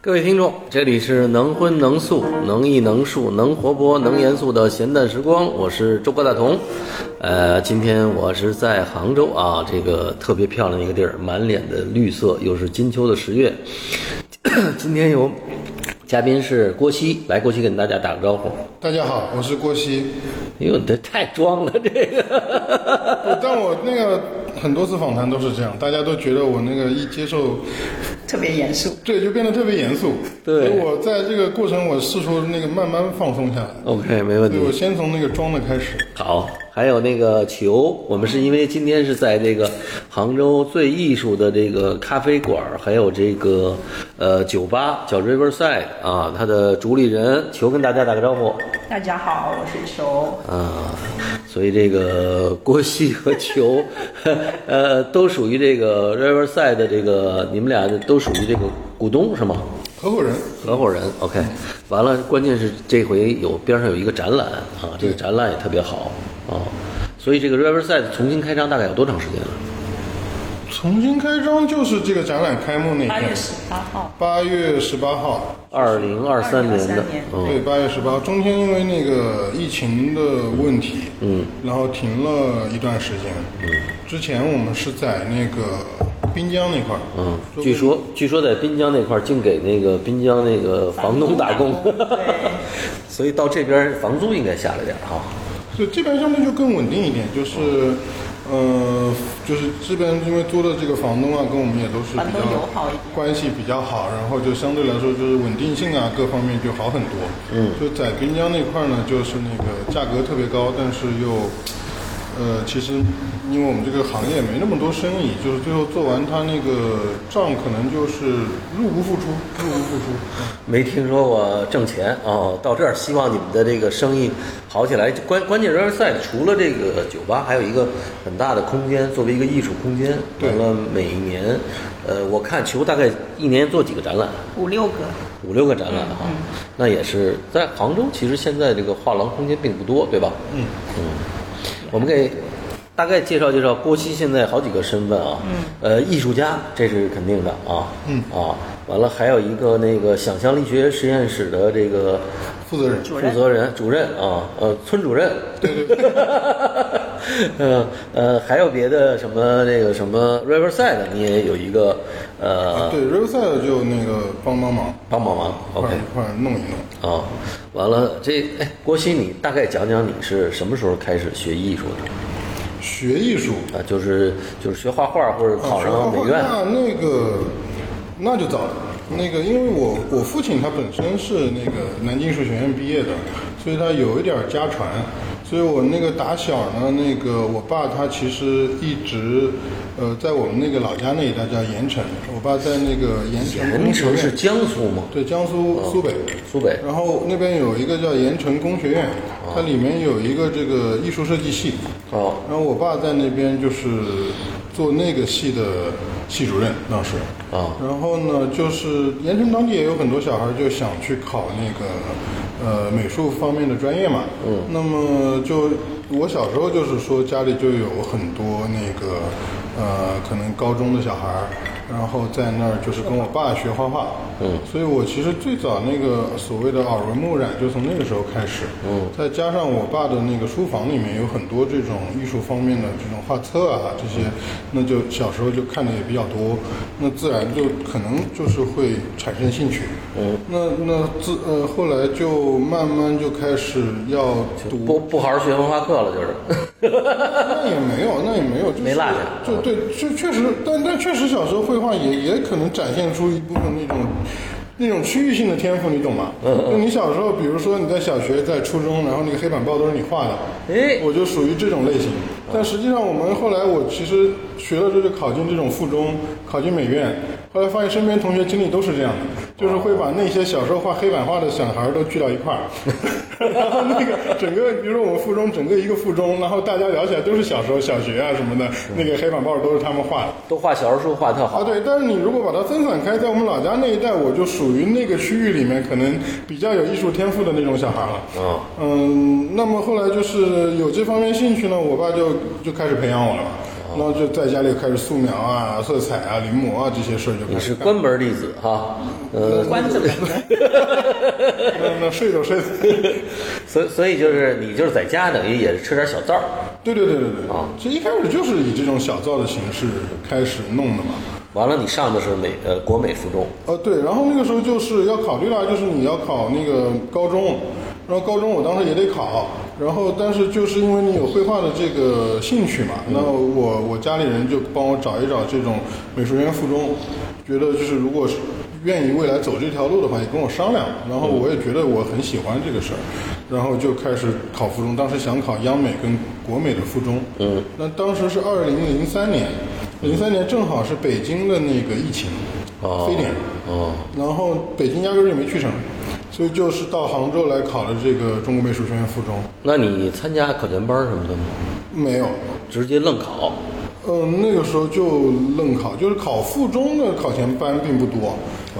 各位听众，这里是能荤能素、能艺能术、能活泼能严肃的闲淡时光，我是周郭大同。呃，今天我是在杭州啊，这个特别漂亮一个地儿，满脸的绿色，又是金秋的十月。 今天有嘉宾是郭熙，来，郭熙跟大家打个招呼。大家好，我是郭熙。哎呦，你这太装了，这个。 我 但我那个很多次访谈都是这样，大家都觉得我那个一接受，特别严肃。对，就变得特别严肃。对所以我在这个过程，我试图那个慢慢放松下来。 OK，没问题对，。我先从那个装的开始。好，还有那个球，我们是因为今天是在这个杭州最艺术的这个咖啡馆儿，还有这个呃酒吧叫 Riverside 啊，它的主理人球跟大家打个招呼大家好，我是球。啊，所以这个郭熙和球， 呃，都属于这个 Riverside 的这个，你们俩都属于这个股东是吗？合伙人，合伙人，OK，完了，关键是这回有边上有一个展览啊，这个展览也特别好啊，所以这个 Riverside 重新开张大概有多长时间了？重新开张就是这个展览开幕那一八天月，十八号，八月十八号。二零二三年的2023年，嗯对，八月十八，中间因为那个疫情的问题，嗯，然后停了一段时间。嗯，之前我们是在那个滨江那块儿，嗯，据说据说在滨江那块儿净给那个滨江那个房东打工，对， 所以到这边房租应该下来点儿哈。对，这边相对就更稳定一点，就是，呃，就是这边因为租的这个房东啊，跟我们也都是比房东较友好一点关系比较好，然后就相对来说就是稳定性啊各方面就好很多。嗯，就在滨江那块儿呢，就是那个价格特别高，但是又，呃，其实因为我们这个行业没那么多生意，就是最后做完他那个账，可能就是入不敷出，入不敷出。没听说过挣钱哦，到这儿希望你们的这个生意好起来。关关键 Riverside 除了这个酒吧，还有一个很大的空间作为一个艺术空间。对完了每年，呃，我看球大概一年做几个展览，五六个。五六个展览哈、那也是在杭州。其实现在这个画廊空间并不多，对吧？嗯嗯，我们给大概介绍介绍郭熙现在好几个身份啊。嗯。呃，艺术家这是肯定的啊。嗯啊，完了还有一个那个想象力学实验室的这个负责人，负责人主任啊，呃，村主任。对对对。 呃呃，还有别的什么那个什么 Riverside，你也有一个呃对 r i v e r s i d e 就那个帮帮忙，帮帮忙一，OK 块。儿一块儿弄一弄。啊，完了，这哎，郭鑫，你大概讲讲你是什么时候开始学艺术的？学艺术，啊，就是就是学画画或者考哦上美院？那那个那就早了。那个，因为我我父亲他本身是那个南京艺术学院毕业的，所以他有一点儿家传。所以我那个打小呢，那个我爸他其实一直，呃，在我们那个老家那一带叫盐城，我爸在那个盐城盐工学哎城是院，江苏吗？对，江苏苏北。苏北。然后那边有一个叫盐城工学院，它里面有一个这个艺术设计系。哦，然后我爸在那边就是做那个系的系主任，当时。啊然后呢，就是盐城当地也有很多小孩就想去考那个呃美术方面的专业嘛。嗯。那么就我小时候就是说家里就有很多那个呃可能高中的小孩儿，然后在那儿就是跟我爸学画画。嗯。所以我其实最早那个所谓的耳濡目染就从那个时候开始。嗯。再加上我爸的那个书房里面有很多这种艺术方面的这种画册啊这些，那就小时候就看的也比较多，那自然就可能就是会产生兴趣。嗯。那那自呃后来就慢慢就开始要读不不好好学文化课了，就是。 那也没有，那也没有，就是没落下就对，确确实，但但确实小时候绘画也也可能展现出一部分那种。那种区域性的天赋，你懂吗？嗯就你小时候，比如说你在小学、在初中，然后那个黑板报都是你画的，哎我就属于这种类型。但实际上，我们后来我其实学了之后就考进这种附中，考进美院，后来发现身边同学经历都是这样的，就是会把那些小时候画黑板画的小孩儿都聚到一块儿，然后那个整个，比如说我们附中整个一个附中，然后大家聊起来都是小时候小学啊什么的，那个黑板报都是他们画的。都画小人书画得特啊，好。对，但是你如果把它分散开，在我们老家那一带，我就属于那个区域里面可能比较有艺术天赋的那种小孩了。嗯嗯，那么后来就是有这方面兴趣呢，我爸就就开始培养我了嘛。然后就在家里开始素描啊、色彩啊、临摹啊这些事儿就你开是始干。关门弟子哈，呃，关着门。那那睡着睡着，所以所以就是你就是在家等于也是吃点小灶儿，对对对对对，其实一开始就是以这种小灶的形式开始弄的嘛。完了你上的是美呃国美附中，呃，对，然后那个时候就是要考虑到，就是你要考那个高中，然后高中我当时也得考，然后但是就是因为你有绘画的这个兴趣嘛，那我我家里人就帮我找一找这种美术院附中，觉得就是如果是愿意未来走这条路的话，也跟我商量，然后我也觉得我很喜欢这个事儿，然后就开始考附中，当时想考央美跟国美的附中，嗯，那当时是二零零三年，零三年正好是北京的那个疫情。哦非典，哦，然后北京压根儿就没去成，所以就是到杭州来考了这个中国美术学院附中，那你参加考前班儿什么的吗？没有。直接愣考，嗯，那个时候就愣考，就是考附中的考前班并不多。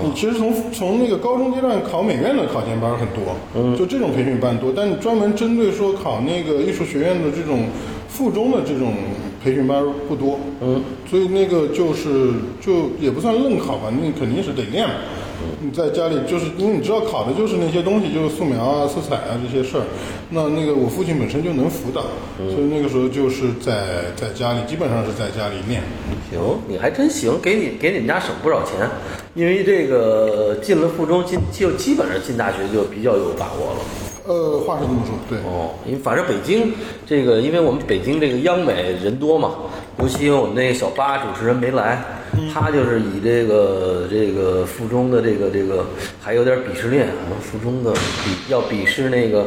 你其实从从那个高中阶段考美院的考前班很多，就这种培训班多。但你专门针对说考那个艺术学院的这种附中的这种培训班不多。嗯，所以那个就是就也不算愣考吧，你肯定是得练嘛。你在家里就是因为你知道考的就是那些东西，就是素描啊、色彩啊这些事儿。那那个我父亲本身就能辅导，所以那个时候就是在在家里，基本上是在家里练。行，你还真行，给你给你们家省不少钱，因为这个进了附中进就基本上进大学就比较有把握了。呃，话是这么说，对，哦，因为反正北京这个，因为我们北京这个央美人多嘛，尤其我们那个小八主持人没来，嗯他就是以这个这个附中的这个这个还有点鄙视链，好像附中的比要鄙视那个。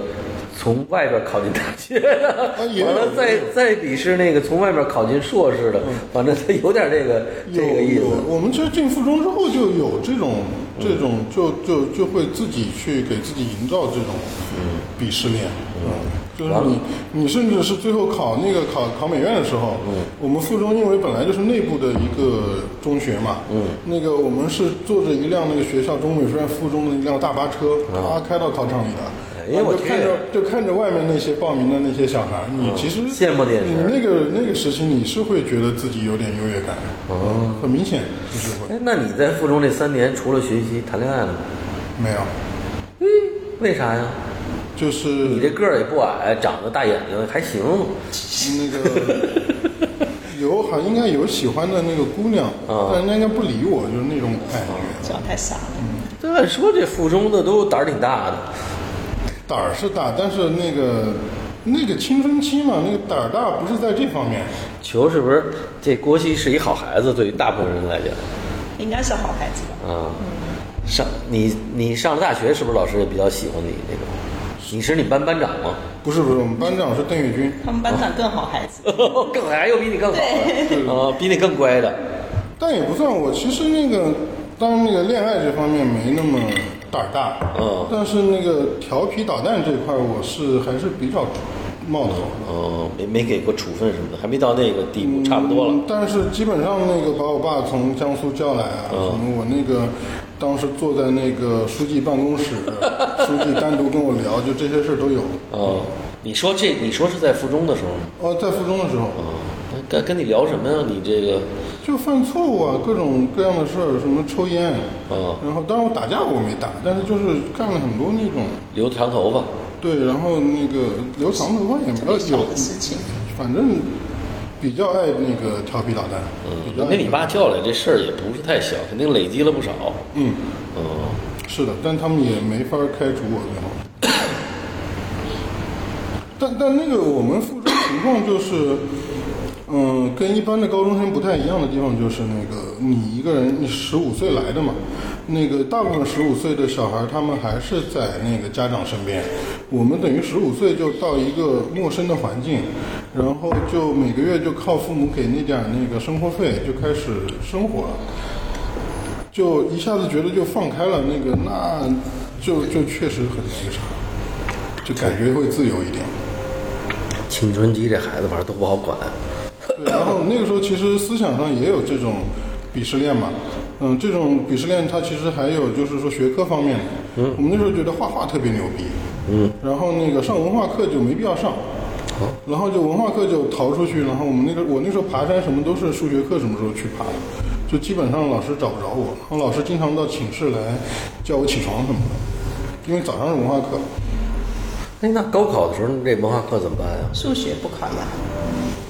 从外边考进大学 的，也有完了再再鄙视那个从外边考进硕士的，反正他有点这个这个意嗯有思。我们其实进附中之后就有这种这种嗯就就就会自己去给自己营造这种鄙视链，嗯，就是完了你你甚至是最后考那个考考美院的时候，嗯我们附中因为本来就是内部的一个中学嘛，嗯，那个我们是坐着一辆那个学校中美学院附中的一辆大巴车，它开到考场里的。嗯哎呦我就去看着就看着外面那些报名的那些小孩，你其实羡慕的眼神你那个那个时期，你是会觉得自己有点优越感，哦，很明显就是会哎，那你在附中这三年，除了学习，谈恋爱了吗？没有，为啥呀？就是你这个儿也不矮，长得大眼睛还行。那 个有好像应该有喜欢的那个姑娘，啊但人家应该不理我，就是那种感觉，这样太傻了。这按说这附中的都胆儿挺大的，胆儿是大，但是那个那个青春期嘛，那个胆儿大不是在这方面，球是不是？这郭熙是一好孩子，对于大部分人来讲应该是好孩子吧？啊。上你你上了大学，是不是老师也比较喜欢你那种？你是你们班班长吗？ 不是不是，我们班长是邓玉军，他们班长更好孩子。更还有比你更好的啊，比你更乖的。但也不算我，其实那个当那个恋爱这方面没那么胆儿大，嗯但是那个调皮捣蛋这块儿我是还是比较冒头的。哦，没没给过处分什么的，还没到那个地步，差不多了嗯。但是基本上那个把我爸从江苏叫来嗯啊，什么我那个当时坐在那个书记办公室， 书记单独跟我聊，就这些事儿都有。哦，你说这，你说是在附中的时候吗？哦，在附中的时候，那跟跟你聊什么呀？你这个就犯错误啊，各种各样的事儿，什么抽烟，嗯然后当然我打架我没打，但是就是干了很多那种，留长头发，对，然后那个留长头发也没有小有的，事情，反正比较爱那个调皮捣蛋，比较爱那你爸叫来这事儿也不是太小，肯定累积了不少。嗯，哦，是的，但他们也没法开除我最后。 但但那个我们附中情况就是，嗯、跟一般的高中生不太一样的地方就是那个你一个人，你十五岁来的嘛，那个大部分十五岁的小孩他们还是在那个家长身边，我们等于十五岁就到一个陌生的环境，然后就每个月就靠父母给那点儿那个生活费就开始生活了。就一下子觉得就放开了，那个那就就确实很那个啥，就感觉会自由一点。青春期这孩子反正都不好管。对，然后那个时候其实思想上也有这种鄙视链嘛，嗯，这种鄙视链它其实还有就是说学科方面的，嗯，我们那时候觉得画画特别牛逼，嗯，然后那个上文化课就没必要上，然后就文化课就逃出去，然后我们那个我那时候爬山什么都是数学课什么时候去爬的，就基本上老师找不着我，然后老师经常到寝室来叫我起床什么的，因为早上是文化课，哎，那高考的时候这文化课怎么办啊呀、数学不考了，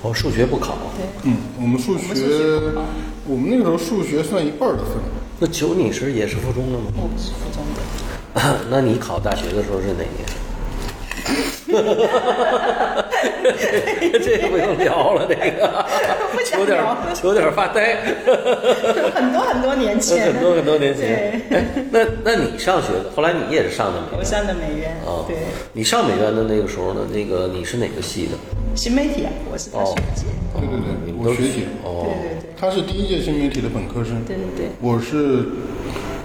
哦，数学不考，对，嗯，我们数我们数学学不好，我们那个时候数学算一半儿的分，那九你是也是附中的吗？我不是附中的，那你考大学的时候是哪年？ 这个不用聊了，这个不 想有点聊 有点发呆，很多很多年 前，很多很多年前。对，哎，那那你上学的，后来你也是上的美我院上的美院，啊？对，你上美院的那个时候呢，那个你是哪个系的？新媒体啊，我是他哦学姐，对对你对，们我都是学姐，哦对，对对，她是第一届新媒体的本科生，对对对我是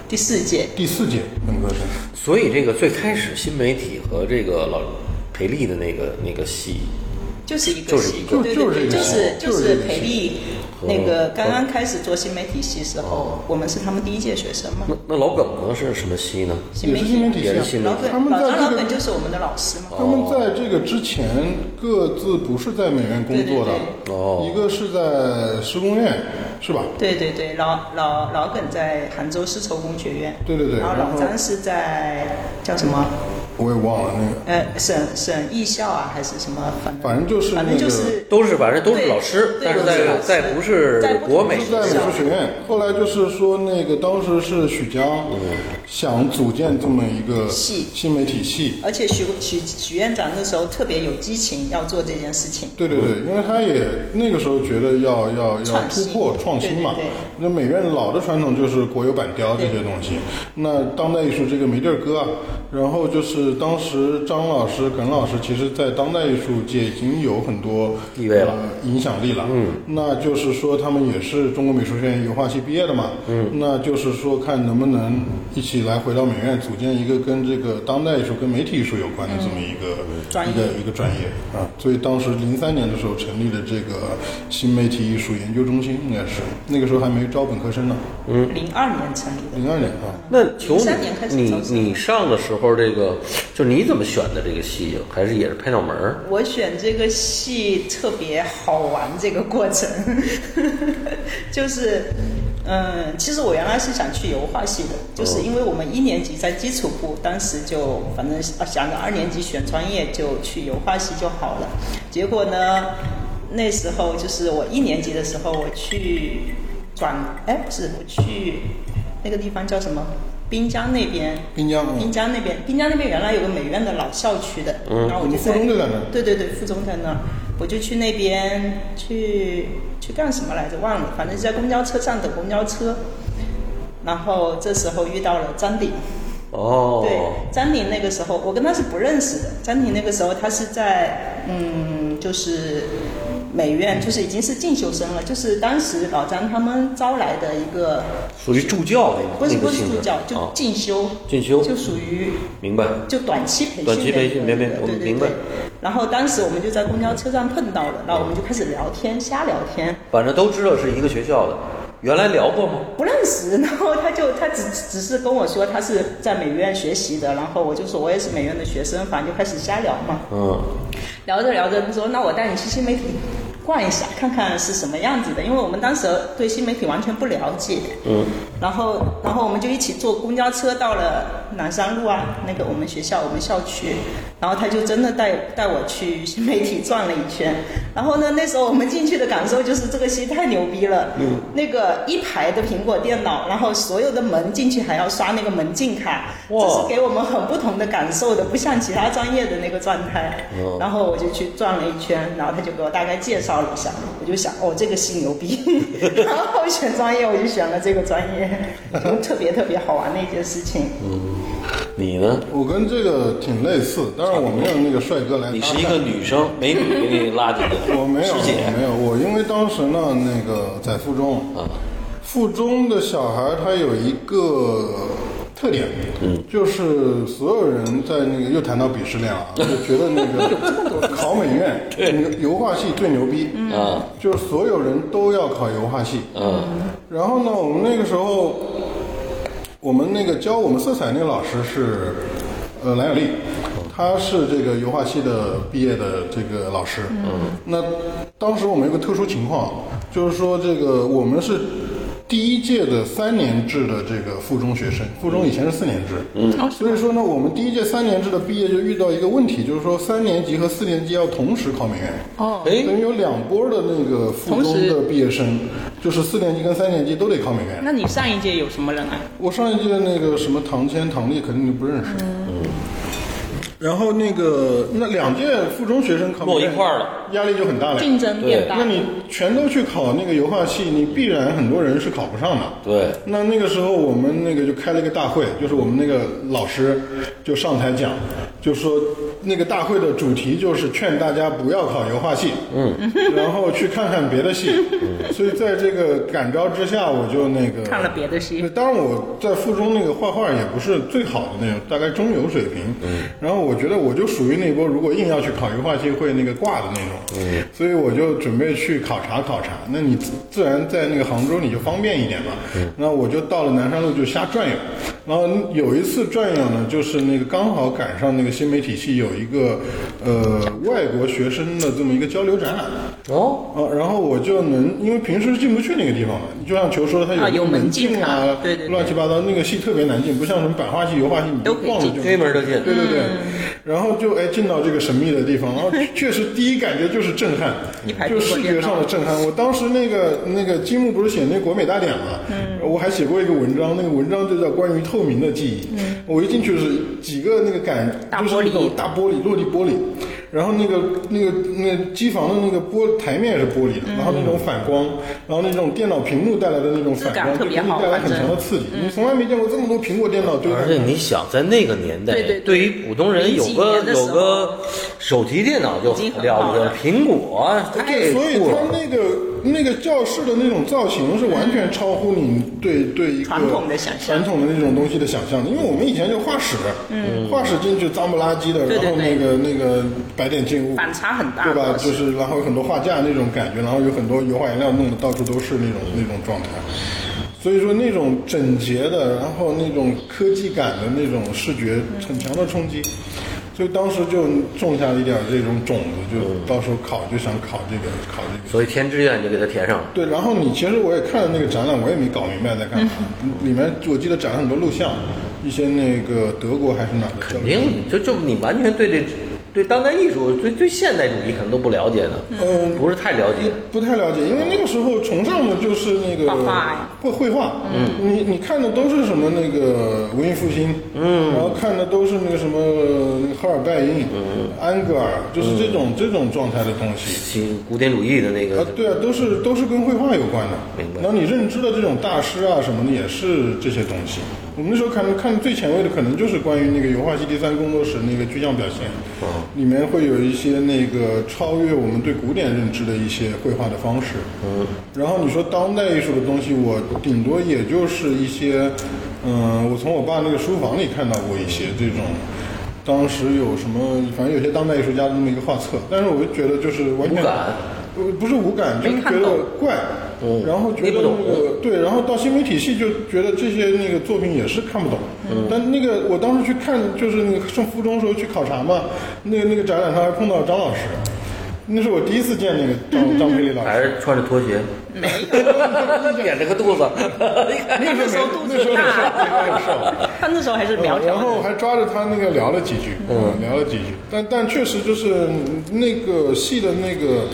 第四届，第四届本科生。所以这个最开始新媒体和这个老裴丽的那个那个系，就是一个就是系，就对就对是对，这就个是系就就是这是个培系力那哦个刚刚开始做新媒体系时候，我们是他们第一届学生嘛那，那老耿呢是什么系呢？新也媒是新媒体。体也是系新啊，媒体老耿他们老在张这个老哦耿就是我们的老师嘛，他们在这个之前各自不是在美院工作的对对，哦一个是在施工院，是吧？对对对，老老老耿在杭州丝绸工学院，对对对然后然老后张是在叫什么？我也忘了那个，呃，省省艺校啊，还是什么？反正反正就是反正那就个是都是反正都是老师，对但是都是在老师在不是在不国美是在美术学院。后来就是说，那个当时是许江想组建这么一个系新媒体系，而且许许许院长那时候特别有激情，要做这件事情。对对嗯对，因为他也那个时候觉得要要要创突新破创新嘛对对对。那美院老的传统就是国有板雕这些东西，那当代艺术这个没地儿搁啊。然后就是当时张老师、耿老师，其实在当代艺术界已经有很多地位了呃、影响力了。嗯，那就是说他们也是中国美术学院油画系毕业的嘛。嗯，那就是说看能不能一起来回到美院，组建一个跟这个当代艺术、跟媒体艺术有关的这么一个、专业一个一个专业啊，所以当时零三年的时候成立了这个新媒体艺术研究中心，应该是那个时候还没招本科生呢，嗯，零二年成立的。零二年啊，那求03年开始你，你招生你上的时候，这个就你怎么选的这个戏，啊还是也是拍脑门儿？我选这个戏特别好玩，这个过程 就是，嗯，其实我原来是想去油画系的，就是因为我们一年级在基础部，当时就反正啊想着二年级选专业就去油画系就好了。结果呢，那时候就是我一年级的时候，我去转，哎，不是，我去那个地方叫什么？滨江那边，滨江滨嗯江那边，滨江那边原来有个美院的老校区的，然后我就附中就在那儿对对对，附中在那儿，我就去那边去去干什么来着？忘了，反正就在公交车上等公交车。然后这时候遇到了张鼎，对哦，，张鼎那个时候我跟他是不认识的。张鼎那个时候他是在嗯，就是美院，就是已经是进修生了，就是当时老张他们招来的一个，属于助教那不个是那不个是性质助教，就啊，进修，进修就属于明白。就短期培训的短期培训一个明白一个我对对明白对。然后当时我们就在公交车上碰到了，然后我们就开始聊天，瞎聊天，反正都知道是一个学校的，原来聊过吗？不认识。然后他就他只只是跟我说他是在美院学习的，然后我就说我也是美院的学生，反正就开始瞎聊嘛。嗯，聊着聊着，他说：“那我带你去新媒体逛一下，看看是什么样子的。”因为我们当时对新媒体完全不了解。嗯。然后，然后我们就一起坐公交车到了南山路啊，那个我们学校我们校区。然后他就真的带带我去新媒体转了一圈。然后呢，那时候我们进去的感受就是这个戏太牛逼了。嗯。那个一排的苹果电脑，然后所有的门进去还要刷那个门禁卡，这哇是给我们很不同的感受的，不像其他专业的那个状态。哦然后我就去转了一圈，然后他就给我大概介绍了一下，我就想哦，这个系牛逼，然后选专业我就选了这个专业，就特别特别好玩的一件事情。你呢？我跟这个挺类似，但是我没有那个帅哥来搭讪。你是一个女生，美女给你拉进去的，我没有，师我姐没有，我因为当时呢，那个在附中，附中的小孩他有一个特点，嗯，就是所有人在那个又谈到鄙视链了 啊，就觉得那 个考美院，对，油画系最牛逼，嗯，就是所有人都要考油画系，嗯，然后呢，我们那个时候，我们那个教我们色彩那个老师是，呃，蓝小丽，他是这个油画系的毕业的这个老师。嗯，那当时我们有个特殊情况，就是说这个我们是。第一届的三年制的这个附中学生，附中以前是四年制，嗯，所以说呢，我们第一届三年制的毕业就遇到一个问题，就是说三年级和四年级要同时考美院，哦，哎，等于有两波的那个附同中时的毕业生，就是四年级跟三年级都得考美院。那你上一届有什么人啊？我上一届的那个什么唐谦、唐丽肯定就不认识。嗯嗯然后那个那两届附中学生考落一块儿了了，压力就很大了。竞争变大那，你全都去考那个油画系，你必然很多人是考不上的。对，那那个时候我们那个就开了一个大会，就是我们那个老师就上台讲，就说那个大会的主题就是劝大家不要考油画系，嗯，然后去看看别的系。嗯所以在这个感召之下，我就那个看了别的戏对，当然我在附中那个画画也不是最好的那种，大概中游水平。嗯。然后我觉得我就属于那波如果硬要去考油画系会那个挂的那种。嗯。所以我就准备去考察考察。那你自自然在那个杭州你就方便一点嘛。嗯。那我就到了南山路就瞎转悠，然后有一次转悠呢，就是那个刚好赶上那个新媒体系有一个呃外国学生的这么一个交流展览。哦，啊，然后我就能，因为平时是进不去那个地方的，就像球说的，它啊有有门禁禁卡啊，对对对乱七八糟，那个戏特别难进，不像什么版画系、油画系，你就都可以逛着进就推门就进，对对对，嗯然后就哎进到这个神秘的地方，然 后确实第一感觉就是震撼一排，就中国视觉电脑上的震撼。我当时那个那个积木不是写那国美大典嘛，嗯我还写过一个文章，那个文章就叫《关于透明的记忆》。我一进去是几个那个感，嗯大就是玻璃那种大玻璃落地玻璃。然后那个那个那个机房的那个玻台面是玻璃嗯的，然后那种反光，然后那种电脑屏幕带来的那种反质感光，特就给别你好带来反很强的正嗯刺激。你从来没见过这么多苹果电脑堆在而那且儿你想，在那个年代，对对对于普通人有个零几年的时有候个手提电脑就已经很了好不得了，苹果太对，哎所以酷啊它了。那个那个教室的那种造型是完全超乎你对对一个嗯传统的想象传统的那种东西的想象的。因为我们以前就画室，嗯，画室进去脏不拉几的，对对然后那个那个白点静物，反差很大对吧？倒是就是然后有很多画架那种感觉，然后有很多油画颜料弄得到处都是那种那种状态。所以说那种整洁的，然后那种科技感的那种视觉很强的冲击，所以当时就种下了一点这种种子，就到时候考就想考这个考这个。所以填志愿就给他填上了。对，然后你其实我也看了那个展览，我也没搞明白在 干嘛。里面我记得展了很多录像，一些那个德国还是哪个教肯定，就就你完全对这对当代艺术、对对现代主义可能都不了解呢，嗯不是太了解。不太了解，因为那个时候崇尚的就是那个画画呀绘绘画，嗯，你你看的都是什么那个文艺复兴，嗯，然后看的都是那个什么那个赫尔拜因，嗯，安格尔，就是这种、这种状态的东西。其古典主义的那啊个，，对啊，都是都是跟绘画有关的。明白然后你认知的这种大师啊什么的，也是这些东西。我们那时候看看最前卫的，可能就是关于那个油画系第三工作室那个具象表现，里面会有一些那个超越我们对古典认知的一些绘画的方式。嗯。然后你说当代艺术的东西，我顶多也就是一些，嗯、我从我爸那个书房里看到过一些这种。当时有什么，反正有些当代艺术家的那么一个画册，但是我就觉得就是完全无感呃，不是无感，就是没觉看得懂怪，然后觉你不得懂那个对，然后到新媒体系就觉得这些那个作品也是看不懂。但那个我当时去看，就是那个上附中时候去考察嘛，那个那个展览上还碰到张老师，那是我第一次见那个张张培丽老还师。是穿着拖鞋，没有。 扁着个肚 子，那那时时候候呃没那肚时子候很瘦那时大，候很瘦。他那时候还是苗然条后的。还抓着他那个聊了几句，嗯，聊了几句，但但确实就是那个戏的那个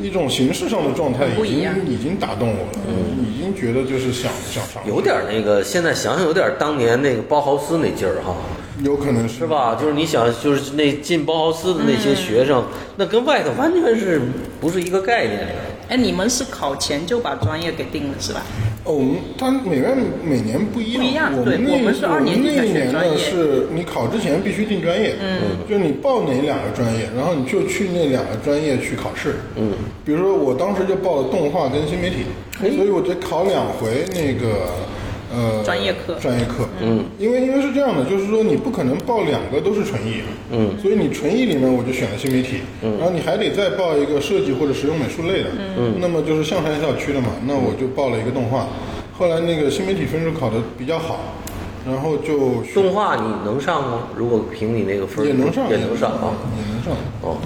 一种形式上的状态，不已一经样嗯已经打动我了，已经觉得就是想想尝试，有点那个，现在想想有点当年那个包豪斯那劲儿哈。有可能是是？吧？就是你想，就是那进包豪斯的那些学生，那跟外头完全是不是一个概念？哎，你们是考前就把专业给定了是吧？哦，我们他每年每年不一样，不一样我对们那我们是二年级我们那才一选年专呢业是你考之前必须定专业，嗯，就你报哪两个专业，然后你就去那两个专业去考试，嗯，比如说我当时就报了动画跟新媒体，所以我得考两回那个。呃，专业课专业课，嗯，因为因为是这样的，就是说你不可能报两个都是纯艺，嗯，所以你纯艺里面我就选了新媒体，嗯，然后你还得再报一个设计或者实用美术类的，嗯，那么就是象山校区的嘛，那我就报了一个动画，后来那个新媒体分数考得比较好，然后就学动画你能上吗？如果凭你那个分儿也能上，也能上啊。也能上。哦，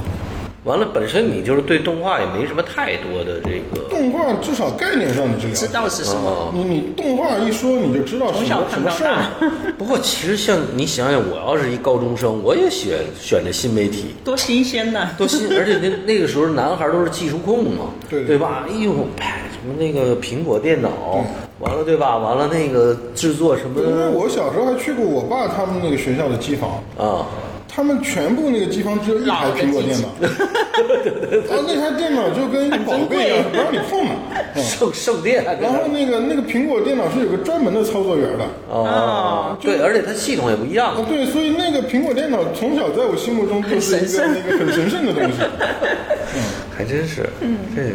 完了，本身你就是对动画也没什么太多的这个动画至少概念上你就了知解，道是什么。哦。你你动画一说你就知道什从小么什看么到事儿大，嘛。 不过其实像你想想，我要是一高中生，我也选选这新媒体。多新鲜呐！多新，而且那那个时候男孩都是技术控嘛， 对嗯吧？哎呦，哎，什么那个苹果电脑，完了对吧？完了那个制作什因为么我小时候还去过我爸他们那个学校的机房，啊，他们全部那个机房只有一台苹果电脑， 啊，那台电脑就跟宝贝一样，不让你碰的。嗯圣圣殿，啊然后那个那个苹果电脑是有个专门的操作员的，啊哦，对，而且它系统也不一样啊，对，所以那个苹果电脑从小在我心目中就是一个那个很神圣的东西。还真是，嗯这个。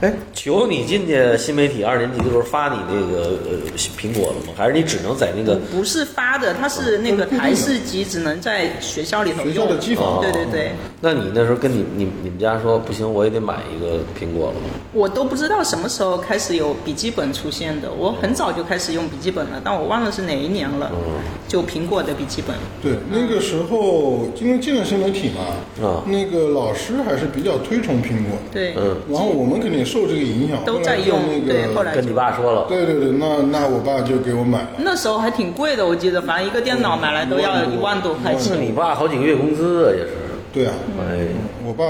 哎，求你进去新媒体二年级的时候发你那个呃苹果了吗？还是你只能在那个不是发的，它是那个台式机，只能在学校里头学用。校的机房对对对，那你那时候跟你你你们家说不行，我也得买一个苹果了吗？我都不知道什么时候开始有笔记本出现的，我很早就开始用笔记本了，但我忘了是哪一年了。就苹果的笔记本，对，那个时候因为进了新媒体嘛，啊那个老师还是比较推崇苹果的，对，然后我们肯定也受这个影响，都在用后来。对那，个后来就跟你爸说了，对对对，那那我爸就给我买了，那时候还挺贵的，我记得，反正一个电脑买来都要一万多块那钱。你爸好几个月工资啊，也是。对啊，哎，我爸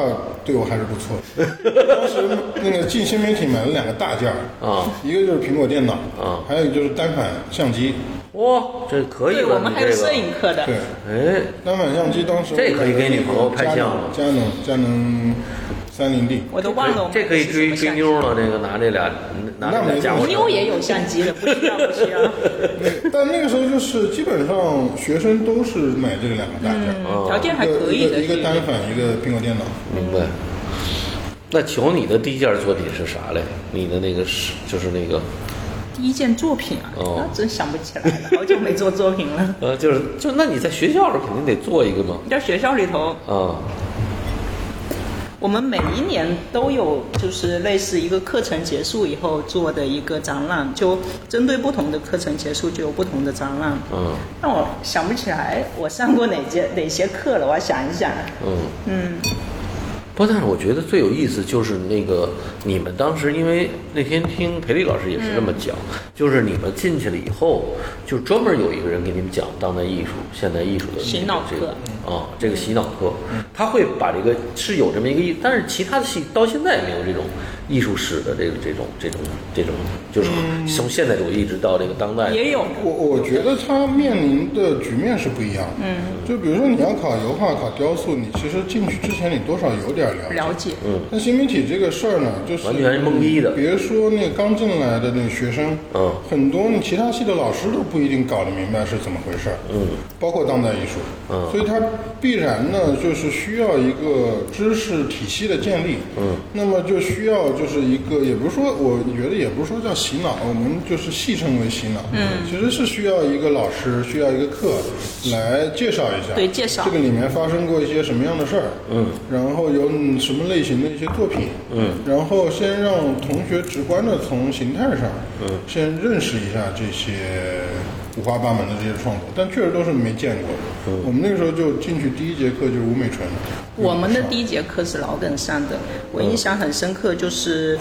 对我还是不错 的。当时那个进新媒体买了两个大件儿，啊，一个就是苹果电脑，啊还有一个就是单反 相机，哇，哦这可以对，了，我们你还有这个摄影课的。对，哎，单反相机当时这可以给女朋友拍相了佳能佳能三零 D，我都忘了我们这可以买的是什追么追相机妞了，这个拿这俩拿这俩家伙。妞也有相机的，不需要不需要。 但那个时候就是基本上学生都是买这两个大件儿，嗯，条件还一个可以的。一个一个单反，一个苹果电脑。明白。那求你的第一件作品是啥嘞？你的那个是就是那个第一件作品啊，哦那真想不起来了，好久没做作品了。 呃，就是就那你在学校时候肯定得做一个嘛在学校里头，啊我们每一年都有，就是类似一个课程结束以后做的一个展览，就针对不同的课程结束就有不同的展览。嗯但我想不起来我上过哪节哪些课了，我要想一想。嗯。嗯，不，但是我觉得最有意思就是那个你们当时，因为那天听裴丽老师也是这么讲，嗯就是你们进去了以后，就专门有一个人给你们讲当代艺术、现代艺术的洗脑这课个啊，这个洗脑课，他会把这个是有这么一个艺，但是其他的系到现在也没有这种艺术史的这种这种这种这种，就是从现代主义一直到这个当代，嗯也有。我我觉得它面临的局面是不一样的。嗯，就比如说你要考油画、考雕塑，你其实进去之前你多少有点了解。了解，那新媒体这个事儿呢，就是嗯完全懵逼的别说那刚进来的那学生，嗯很多你其他系的老师都不一定搞得明白是怎么回事儿，嗯，包括当代艺术，嗯，所以它必然呢就是需要一个知识体系的建立，嗯，那么就需要就是一个，也不是说我觉得也不是说叫洗脑，我们就是戏称为洗脑，嗯，其实是需要一个老师，需要一个课来介绍一下，对介绍这个里面发生过一些什么样的事儿，嗯，然后有嗯什么类型的一些作品，嗯，然后先让同学直观的从形态上，嗯，先认识一下这些五花八门的这些创作，但确实都是没见过的。我们那个时候就进去第一节课就是吴美纯，我们的第一节课是老梗上的，我印象很深刻，就是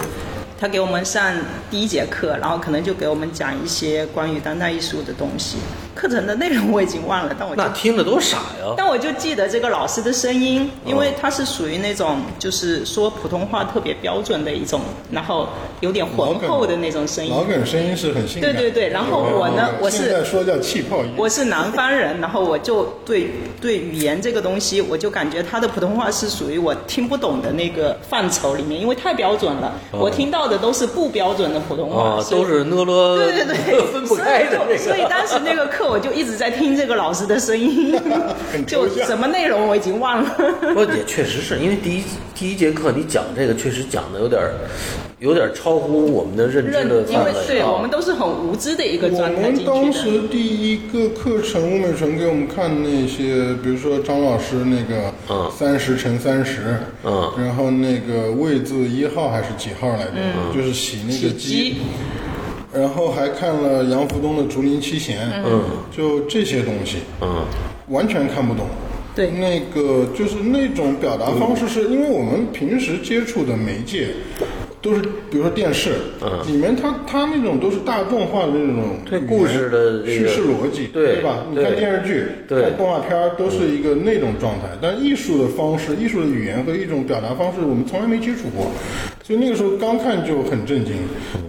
他给我们上第一节课，然后可能就给我们讲一些关于当代艺术的东西。课程的内容我已经忘了，但我就那听着多傻呀！ 但我就记得这个老师的声音，因为他是属于那种就是说普通话特别标准的一种，然后有点浑厚的那种声音老。耿声音是很性感的，嗯对对对然后我呢我是现在说叫气泡音，我是南方人，然后我就对对语言这个东西，我就感觉他的普通话是属于我听不懂的那个范畴里面，因为太标准了，我听到的都是不标准的普通话，啊，所以哦都是呢了，对对对， 分不开的这个。所以就所以当时那个课我就一直在听这个老师的声音很，抽就象什么内容我已经忘了。 不，也确实是因为第一第一节课你讲这个，确实讲的有点儿，有点儿超乎我们的认知认的，因范围为啊。对我们都是很无知的一个我状态们进当去的。时第一个课程，吴美纯给我们看那些，比如说张老师那嗯个三十乘三十，嗯然嗯后那个位字一号还是几号来着？就是洗那个体积，然后还看了杨福东的《竹林七贤》，嗯，就这些东西，嗯，完全看不懂。对那个就是那种表达方式，是因为我们平时接触的媒介都是，比如说电视，嗯，里面它它那种都是大众化的那种对故事的这叙个事逻辑，对吧？你对看电视剧，对看动画片儿都是一个那种状态，但艺术的方式、艺术的语言和一种表达方式，我们从来没接触过，所以那个时候刚看就很震惊。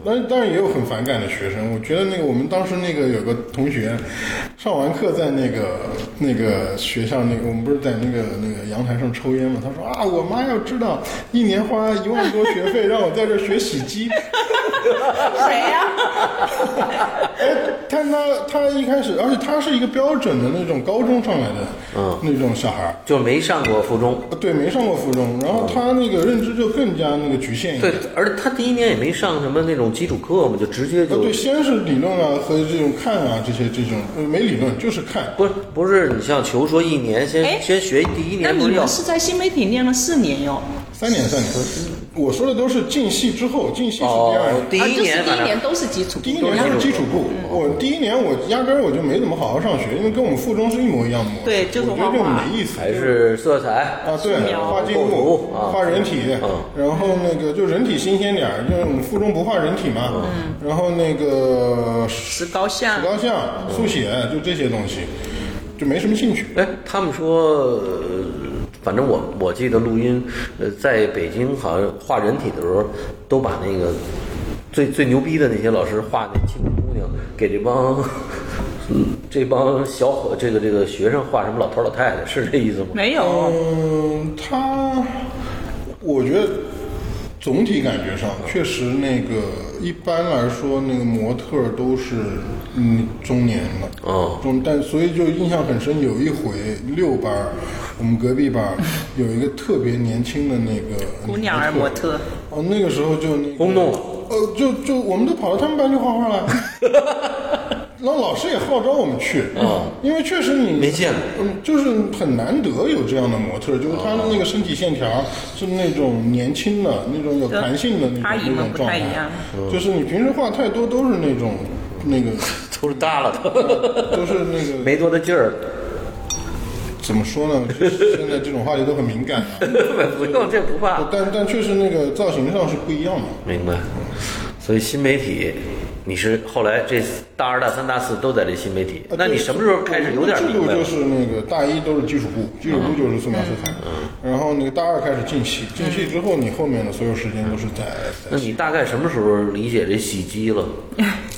但当然也有很反感的学生，我觉得那个我们当时那个有个同学，上完课在那个那个学校那个我们不是在那个那个阳台上抽烟嘛，他说啊，我妈要知道一年花一万多学费让我在这儿学洗机。谁啊 呀、哎，他他他一开始，而且他是一个标准的那种高中上来的，嗯，那种小孩儿，就没上过附中。对，没上过附中，然后他那个认知就更加那个局限一对点。，而且他第一年也没上什么那种基础课嘛，就直接呃就对，先是理论啊和这种看啊这些这种，呃，没理论就是看。不是不是，你像球说一年哎先先学第一那年你不是要们是在新媒体念了四年哟？三年三年，我说的都是进系之后，进系是第二哦年，，第啊，一就是年第反一正年都是基础，第一年都是基础部。我第一年我压根儿我就没怎么好好上学，因为跟我们附中是一模一样的模式。对就是我觉得这种画画没意思，还就是是色彩啊，对，画静构物图啊，画人体嗯，然后那个就人体新鲜点儿，因为我们附中不画人体嘛，嗯然后那个石石膏像膏像、速写，就这些东西，就没什么兴趣。哎，他们说，呃反正我我记得录音，呃，在北京好像画人体的时候，都把那个呃最最牛逼的那些老师画那清宫姑娘，给这帮嗯这帮小伙这个这个学生画什么老头老太太，是这意思 吗？没有，嗯，他，我觉得总体感觉上确实那个一般来说，那个模特儿都是嗯中年了，哦中但所以就印象很深。有一回六班儿，我们隔壁班儿有一个特别年轻的那个 姑娘儿模特，哦，那个时候就那个轰动了呃，就就我们都跑到他们班去画画 了。然后老师也号召我们去，嗯因为确实你没见过嗯，就是很难得有这样的模特，就是她的那啊个身体线条是那种年轻的、那种有弹性的那阿种姨那们种不状太态一样，嗯就是你平时画太多都是那种那个，都是耷拉的，都是那个 没多大劲儿，怎么说呢？就是现在这种话题都很敏感啊，不用这不怕。但但确实那个造型上是不一样的。明白。所以新媒体，你是后来这大二、大三、大四都在这新媒体，啊那你对什么时候开始有点制明度白了？嗯就是那个大一都是基础部，基础部就是素描色彩，然后那个大二开始进系，进嗯系之后你后面的所有时间都是在那你大概什么时候理解这洗机 了？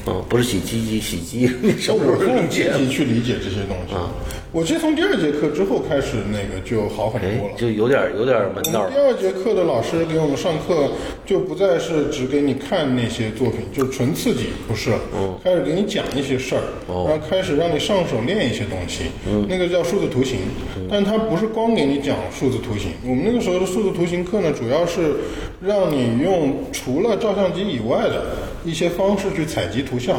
嗯，不是洗鸡机，洗机，你 什在么时我候理用解嗯了？积极去理解这些东西。我其实从第二节课之后开始，那个就好很哎多了，。就有点有点门道我们第了。二节课的老师给我们上课，就不再是只给你看那些作品，就纯刺激，不是了，开始给你讲一些事儿，然后开始让你上手练一些东西，那个叫数字图形，但它不是光给你讲数字图形。我们那个时候的数字图形课呢，主要是让你用除了照相机以外的一些方式去采集图像，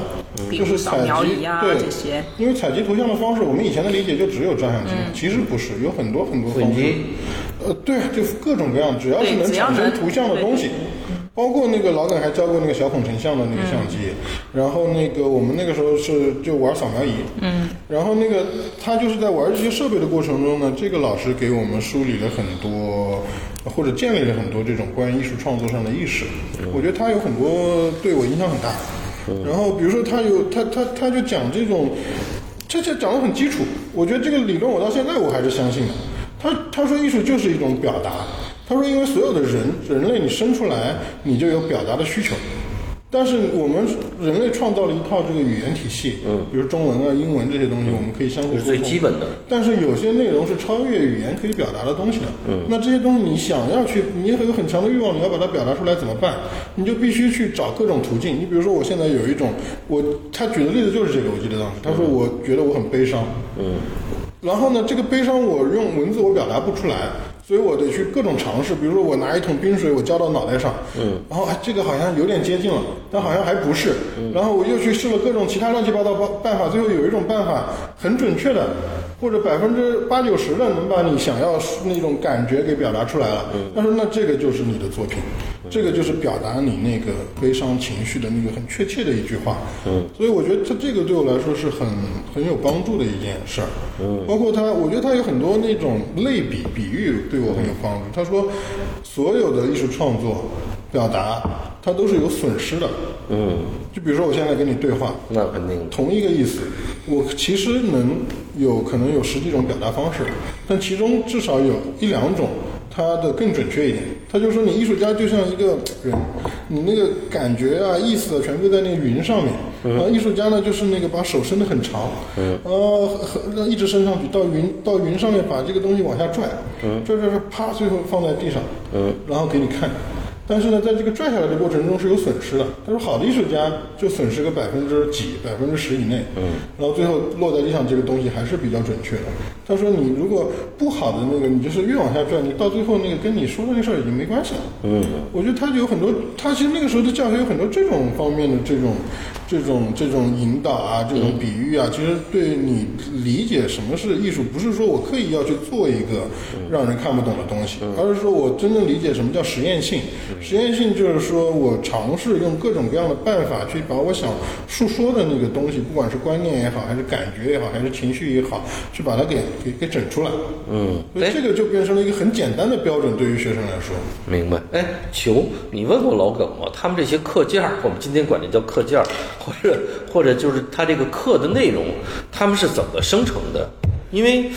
比就如是扫采描集仪啊对这些因为采集图像的方式，我们以前的理解就只有照相机，其实不是，有很多很多混方式机。呃，对，就各种各样，只要是对能只要产生能图像的对东西，包括那个老耿还教过那个小孔成像的那个相机，嗯然后那个我们那个时候是就玩扫描仪，嗯，然后那个他就是在玩这些设备的过程中呢，这个老师给我们梳理了很多，或者建立了很多这种关于艺术创作上的意识，嗯我觉得他有很多对我影响很大。然后比如说他有他他他就讲这种，这这讲的很基础，我觉得这个理论我到现在我还是相信的。他他说艺术就是一种表达，他说因为所有的人人类你生出来你就有表达的需求，但是我们人类创造了一套这个语言体系，嗯，比如中文啊、英文这些东西，我们可以相互这沟是通。最基本的。但是有些内容是超越语言可以表达的东西的。嗯，那这些东西你想要去，你有很强的欲望，你要把它表达出来怎么办？你就必须去找各种途径。你比如说，我现在有一种，我他举的例子就是这个，我记得当时他说我觉得我很悲伤，嗯，然后呢，这个悲伤我用文字我表达不出来。所以我得去各种尝试，比如说我拿一桶冰水，我浇到脑袋上，嗯，然后哎这个好像有点接近了，但好像还不是，然后我又去试了各种其他乱七八糟办办法，最后有一种办法很准确的，或者百分之八九十的能把你想要那种感觉给表达出来了。他说那这个就是你的作品，这个就是表达你那个悲伤情绪的那个很确切的一句话。嗯，所以我觉得这这个对我来说是很很有帮助的一件事儿。嗯，包括他，我觉得他有很多那种类比比喻对我很有帮助。他说所有的艺术创作表达，它都是有损失的。嗯，就比如说我现在跟你对话，那肯定的。同一个意思，我其实能有可能有十几种表达方式，但其中至少有一两种它的更准确一点。他就说你艺术家就像一个人，你那个感觉啊、意思啊，全部在那个云上面。然后艺术家呢，就是那个把手伸得很长，然后很很一直伸上去，到云到云上面把这个东西往下拽，拽拽拽，啪，最后放在地上，然后给你看。但是呢，在这个拽下来的过程中是有损失的。他说，好的艺术家就损失个百分之几、百分之十以内，嗯，然后最后落在地上这个东西还是比较准确的。他说，你如果不好的那个，你就是越往下拽，你到最后那个跟你说的那事儿已经没关系了，嗯。我觉得他有很多，他其实那个时候的教学有很多这种方面的这种、这种、这种引导啊，这种比喻啊，其实对你理解什么是艺术，不是说我刻意要去做一个让人看不懂的东西，而是说我真正理解什么叫实验性。实验性就是说我尝试用各种各样的办法去把我想述说的那个东西，不管是观念也好，还是感觉也好，还是情绪也好，去把它给给给整出来。嗯，所以这个就变成了一个很简单的标准，对于学生来说。明白。哎，球，你问过老耿吗？他们这些课件儿，我们今天管这叫课件儿，或者或者就是他这个课的内容，他们是怎么生成的？因为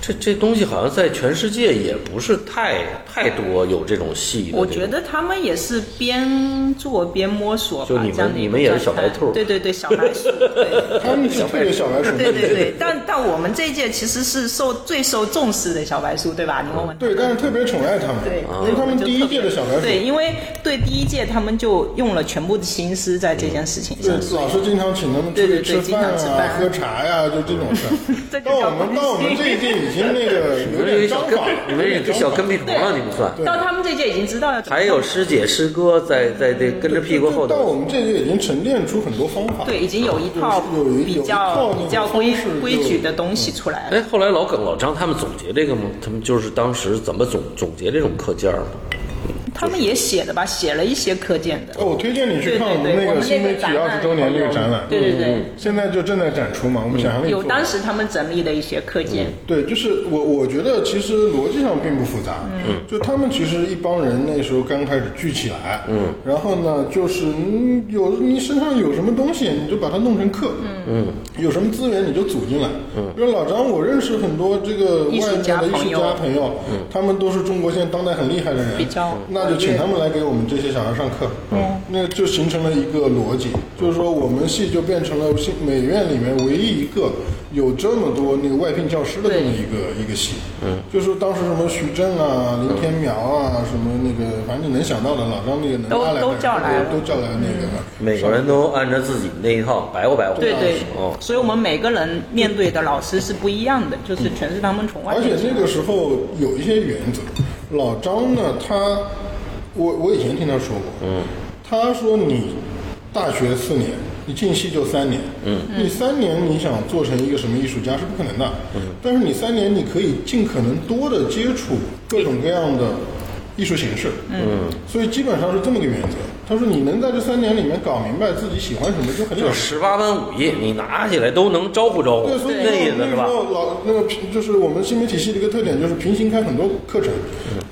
这这东西好像在全世界也不是太太多有这种戏的这种。我觉得他们也是边做边摸索吧，就你们这样的一个你们也是小白兔状态对对对，小白鼠，对他们是特别小白鼠，对 对对。但但我们这一届其实是受最受重视的小白鼠，对吧？你问问嗯他。对，但是特别宠爱他们，对，因为他们第一届的小白鼠，对，因为对第一届他们就用了全部的心思在这件事情嗯上。对，老师经常请他们出对对去对吃经饭常吃啊、饭喝茶呀、就这种事儿 这。个到我叫们到我们这一届已 经那个你有们这点小跟章法了，，你们有这点个章小法跟屁虫啊了，你们算。到他们这届已经知道要怎么还有师姐师哥在在这跟着屁股后就到我头。们这届已经沉淀出很多方法。对，已经有一套有有有比有一套较那种比较规方式就规矩的东西出来了。哎，后来老耿、老张他们总结这个吗？他们就是当时怎么总总结这种课件儿吗？嗯他们也写的吧，写了一些课件的。哦，我推荐你去对对看我们对，那我个们新媒体展二览十周年那个展览，对对对，现在就正在展出嘛，我们想让你有做当时他们整理的一些课件。对，就是我我觉得其实逻辑上并不复杂，嗯，就他们其实一帮人那时候刚开始聚起来，嗯，然后呢，就是你有你身上有什么东西，你就把它弄成课，嗯，有什么资源你就组进来，嗯，因为老张我认识很多这个艺术外面家的艺术朋友家朋友，他们都是中国现在当代很厉害的人，比较那就请他们来给我们这些小孩上课，嗯，那就形成了一个逻辑，就是说我们系就变成了系美院里面唯一一个有这么多那个外聘教师的这么一个一个系，嗯，就是说当时什么徐震啊、林天苗啊，什么那个反正你能想到的老张那个能都拉来的都叫来了嗯都都叫来那个，每个人都按照自己那一套白活白活。对对哦，，所以我们每个人面对的老师是不一样的，就是全是他们从外嗯而面且那个时候有一些原则，老张呢，他，我我以前听他说过，嗯，他说你大学四年，你进系就三年，嗯，你三年你想做成一个什么艺术家是不可能的，嗯，但是你三年你可以尽可能多的接触各种各样的。艺术形式，嗯，所以基本上是这么个原则。他说，你能在这三年里面搞明白自己喜欢什么，就很了就不起。十八般武艺，你拿起来都能招呼招呼，对，所以那意思那是时吧？候老那个平就是我们新媒体系的一个特点，就是平行开很多课程，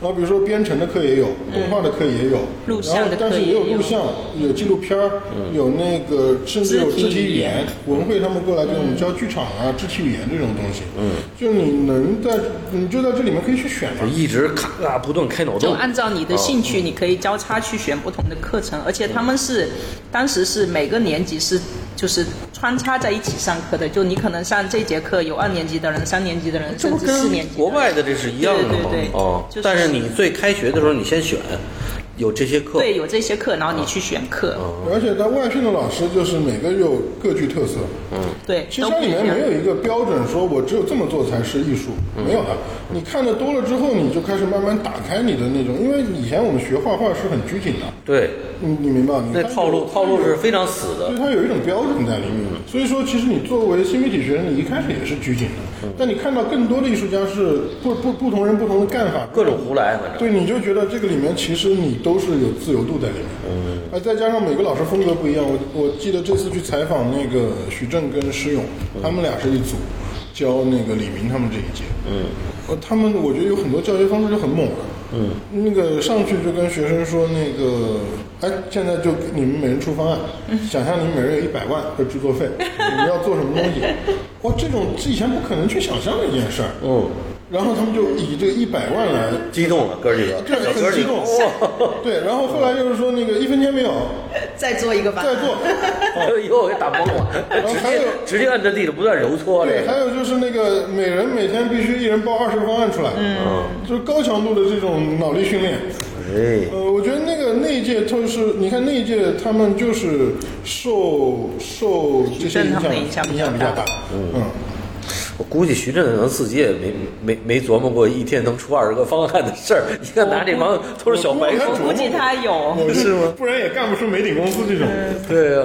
然后比如说编程的课也有，动画的课也有，录然像后的但课是也也有有录像，有纪录片儿，有那个甚至有肢体肢体语语言言，文慧他们过来给我们教剧场啊、肢体语言这种东西，嗯，就你能在你就在这里面可以去选嘛就，一直咔啊不断开脑就洞。按照你的兴哦趣，你可以交叉去选不同的课程，而嗯且他们是当时是每个年级是就是穿插在一起上课的，就你可能上这节课有二年级的人、三年级的人，这甚不至四跟年级的人国外的这是一样的吗？对对对哦，就是但是你最开学的时候，你先选有这些课，对有这些课，然后你去选课，而且他外聘的老师就是每个有各具特色，嗯。对，其实都它不里一面样没有一个标准，说我只有这么做才是艺术，嗯没有的。你看的多了之后，你就开始慢慢打开你的那种，因为以前我们学画画是很拘谨的，对，你你明白吗？你那看套路嗯套路是非常死所的以，它有一种标准在里面。所以说，其实你作为新媒体学生，你一开始也是拘谨嗯的，但你看到更多的艺术家是不不不同人不同的干法，各种胡来，反正对，你就觉得这个里面其实你都是有自由度在里面，嗯，而再加上每个老师风格不一样，我我记得这次去采访那个徐正跟施勇，他们俩是一组，教那个李明他们这一届，嗯，呃，他们我觉得有很多教学方式就很猛了，嗯，那个上去就跟学生说那个。哎，现在就你们每人出方案，想象你们每人有一百万的制作 费，你们要做什么东西？哇，这种是以前不可能去想象的一件事儿。嗯，然后他们就以这个一百万来激动了，哥几个，对，小哥很激几个，动哇，。对，然后后来就是说那个一分钱没有，再做一个吧。再做。 以后给打崩了，然后还有 直接按在地里不断揉搓这对，还个，有就是那个每人每天必须一人报二十个方案出来，嗯，就是高强度的这种脑力训练。哎，呃，我觉得那个那一届就是，你看那一届他们就是受受这些正影常响的影响影响比比较较大大，嗯，我估计徐震可能自己也没没没琢磨过一天能出二十个方案的事儿。 你看拿这帮都是小白我鼠看，我估计他有，我是吗？嗯不然也干不出美鼎公司这种。对呀、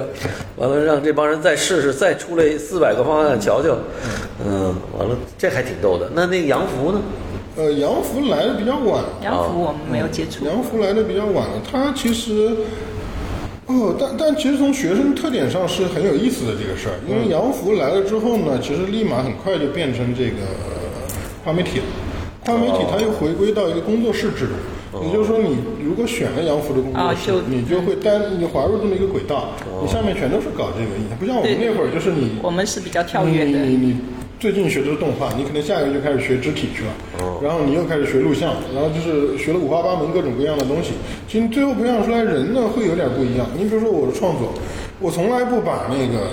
完了让这帮人再试试，再出来四百个方案瞧瞧，嗯，完了这还挺逗的。那那个洋服呢？呃，杨福来的比较晚，杨福哦我们没有接触。杨福来的比较晚了，他其实，哦，但但其实从学生特点上是很有意思的这个事儿，因为杨福来了之后呢，其实立马很快就变成这个跨媒体了，跨媒体它又回归到一个工作室制度。也就是说，你如果选了杨福的工作室，哦就你就会单你滑入这么一个轨道，你下面全都是搞这个，不像我们对那会儿就是你我们是比较跳跃你你的，你最近学的是动画，你可能下一个就开始学肢体去了，然后你又开始学录像，然后就是学了五花八门各种各样的东西。其实最后培养出来人呢，会有点不一样。你比如说我的创作，我从来不把那个。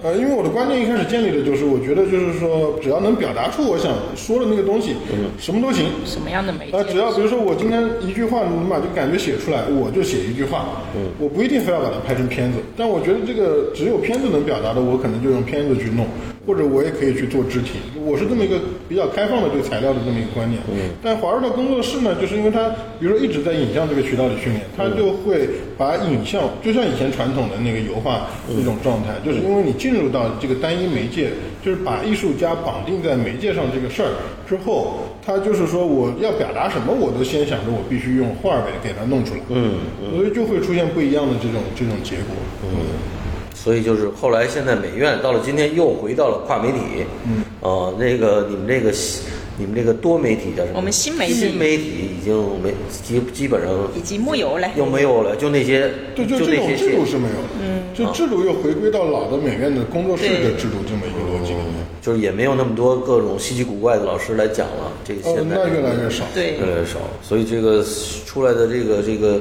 呃，因为我的观念一开始建立的就是，我觉得就是说，只要能表达出我想说的那个东西，什么都行。什么样的媒啊，只要介？比如说我今天一句话，你把这个感觉写出来，我就写一句话。嗯，我不一定非要把它拍成片子，但我觉得这个只有片子能表达的，我可能就用片子去弄，或者我也可以去做肢体。我是这么一个比较开放的对材料的这么一个观念。嗯，但华润的工作室呢，就是因为它，比如说一直在影像这个渠道里训练，它就会把影像，就像以前传统的那个油画那种状态，就是因为你进入到这个单一媒介，就是把艺术家绑定在媒介上这个事儿之后。他就是说我要表达什么，我都先想着我必须用画儿呗，给它弄出来。嗯，所以就会出现不一样的这种这种结果。嗯，所以就是后来现在美院到了今天又回到了跨媒体，嗯，哦、那个你们这个你们这个多媒体叫什么？我们新媒体新媒体已经没基基本上以及木有嘞，又没有了，就那些对，就这那种些制戏度是没有的。嗯，就制度又回归到老的美院的工作室的制度这么一个逻辑里面。就是也没有那么多各种稀奇古怪的老师来讲了，这个现哦在、，那越来越少。对越，来越少，所以这个出来的这个这个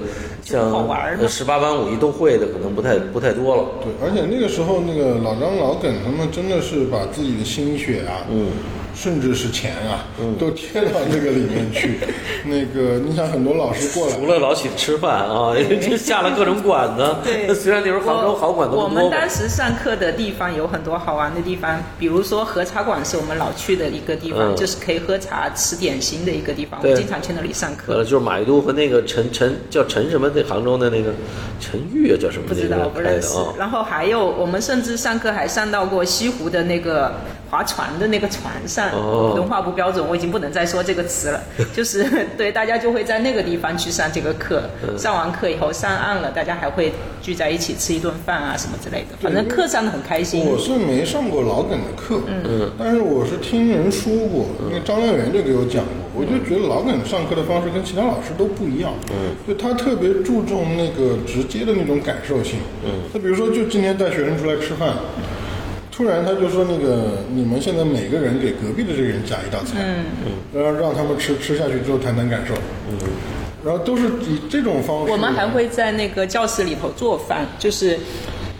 好像玩儿十八般武艺都会的可能不太不太多了。对，而且那个时候，那个老张、老耿他们真的是把自己的心血啊，嗯，甚至是钱啊，都贴到那个里面去。 那个，你想，很多老师过来，除了老请吃饭啊， 就下了各种馆 子。对，虽然你说杭州好馆子我不我多们吧当，时上课的地方有很多好玩的地方，比如说喝茶馆是我们老去的一个地方，嗯就是可以喝茶、吃点心的一个地方。对我经常去那里上完了课。就是马伊都和那个陈陈叫陈什么，那杭州的那个陈玉啊叫什么不那知道，个不开认的识啊。。然后还有，我们甚至上课还上到过西湖的那个划船的那个船上，哦普通话不标准，我已经不能再说这个词 了。就是 对，大家就会在那个地方去上这个课，嗯上完课以后上岸了，大家还会聚在一起吃一顿饭啊什么之类的，反正课上的很开心。我是没上过老耿的课，嗯，但是我是听人说过，那个张亮元就给我讲过，我就觉得老耿上课的方式跟其他老师都不一样，嗯，就他特别注重那个直接的那种感受性，嗯，他比如说就今天带学生出来吃饭。突然，他就说：“那个，你们现在每个人给隔壁的这个人夹一道菜，嗯，然后让他们吃吃下去之后谈谈感受，嗯，然后都是以这种方式。我们还会在那个教室里头做饭，就是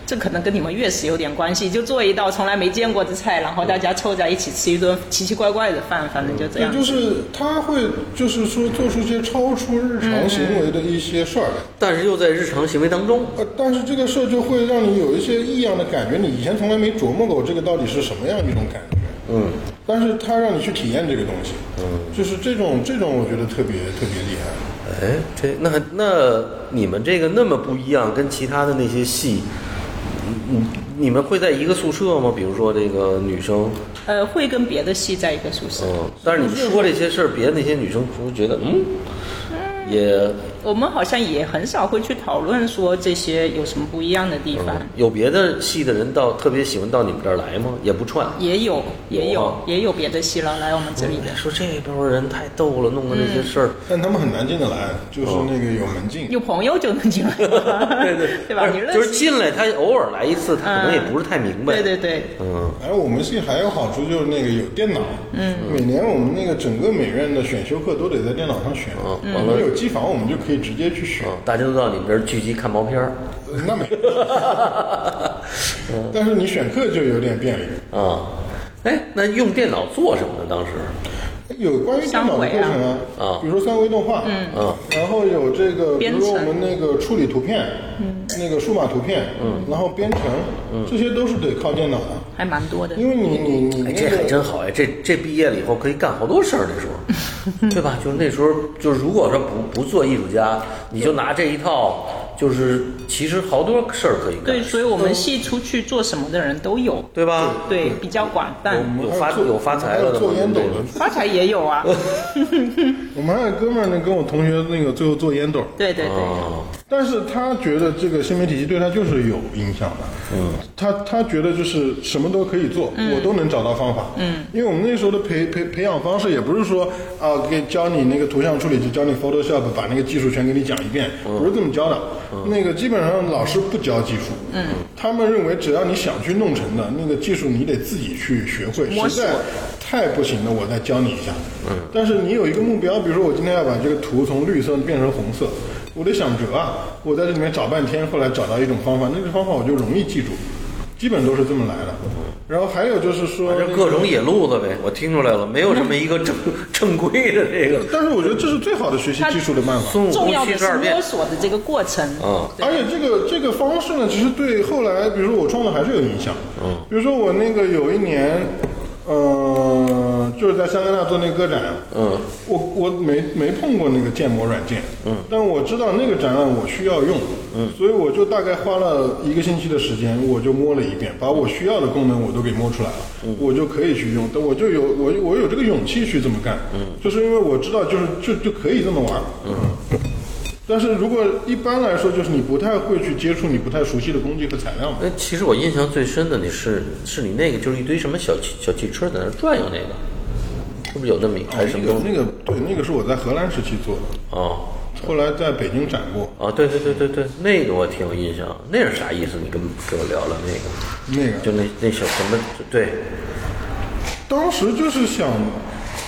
这可能跟你们粤食有点关系，就做一道从来没见过的菜，然后大家凑在一起吃一顿奇奇怪怪的饭，反正就这对，样。就是他会，就是说做出一些超出日常行为的一些事儿来，但是又在日常行为当中，呃，但是这个事儿就会让你有一些异样的感觉，你以前从来没琢磨过这个到底是什么样一种感觉，嗯，但是他让你去体验这个东西，嗯，就是这种这种，我觉得特别特别厉害，哎，这那那你们这个那么不一样，跟其他的那些系，嗯，你们会在一个宿舍吗？比如说这个女生，呃，会跟别的系在一个宿舍。嗯，但是你们说这些事儿，别的那些女生不会觉得嗯，也我们好像也很少会去讨论说这些有什么不一样的地方。有别的系的人到特别喜欢到你们这儿来吗？也不串。也有，也有有啊，也有别的系了来我们这里的，说这帮人太逗了，弄的这些事儿。但他们很难进得来，就是那哦个有门禁。有朋友就能进来，对 对 对吧？不你是认识就是进来，他偶尔来一次，他可能也不是太明白。对对对，嗯，哎，我们系还有好处就是那个有电脑，嗯，每年我们那个整个美院的选修课都得在电脑上选，嗯我们有机房，我们就可以直接去选。嗯，大家都到你们这儿聚集看毛片儿。 那 没，但是你选课就有点便利。啊，哎，那用电脑做什么呢？当时有关于电脑的课程啊，三维啊比如说三维动画，啊嗯，然后有这个，比编如程说我们那个处理图片，嗯，那个数码图片，嗯，然后编程，嗯，这些都是得靠电脑的，还蛮多的。因为你你你哎，那这个还真好哎，这这毕业了以后可以干好多事儿，那时候， 对吧？就是那时候，就是如果说不不做艺术家，你就拿这一套，就是其实好多事儿可以干，对，所以我们系出去做什么的人都有，对吧？对，比较广有有泛。发还有做有发财还了有的做吗？烟斗的，发财也有 啊，我们还有哥们儿呢，跟我同学那个最后做烟斗，对对对，啊，但是他觉得这个新媒体系对他就是有影响的，嗯，他他觉得就是什么都可以做，我都能找到方法，嗯，因为我们那时候的培培培养方式也不是说啊，给教你那个图像处理，就教你 Photoshop，把那个技术全给你讲一遍，不是这么教的，那个基本上老师不教技术，嗯，他们认为只要你想去弄成的那个技术，你得自己去学会，摸实索在太不行了，我再教你一下。嗯，但是你有一个目标，比如说我今天要把这个图从绿色变成红色，我得想辙啊。我在这里面找半天，后来找到一种方法，那个方法我就容易记住，基本都是这么来的。然后还有就是说反，正各种野路子呗，我听出来了，没有什么一个正 正规的这个。但是我觉得这是最好的学习技术的办法。孙悟重空要七的十是二变摸，索的这个过程。嗯而且这个这个方式呢，其实对后来，比如说我创作还是有影响。嗯，比如说我那个有一年，呃，就是在香格纳做那个歌展。嗯，我我没没碰过那个建模软件。嗯，但我知道那个展览我需要用。嗯，所以我就大概花了一个星期的时间，我就摸了一遍，把我需要的功能我都给摸出来了，我就可以去用。但我就有我我有这个勇气去这么干。嗯，就是因为我知道，就是就就可以这么玩。嗯。但是如果一般来说，就是你不太会去接触你不太熟悉的工具和材料嘛。哎，其实我印象最深的你是是你那个就是一堆什么小汽小汽车在那儿转悠那个，是不是有那么一还是什么东西？那个那个对，那个是我在荷兰时期做的，哦后来在北京展过。哦，对对对对对，那个我挺有印象，那是啥意思？你跟给我聊聊那个，那个就那那小什么对，当时就是想，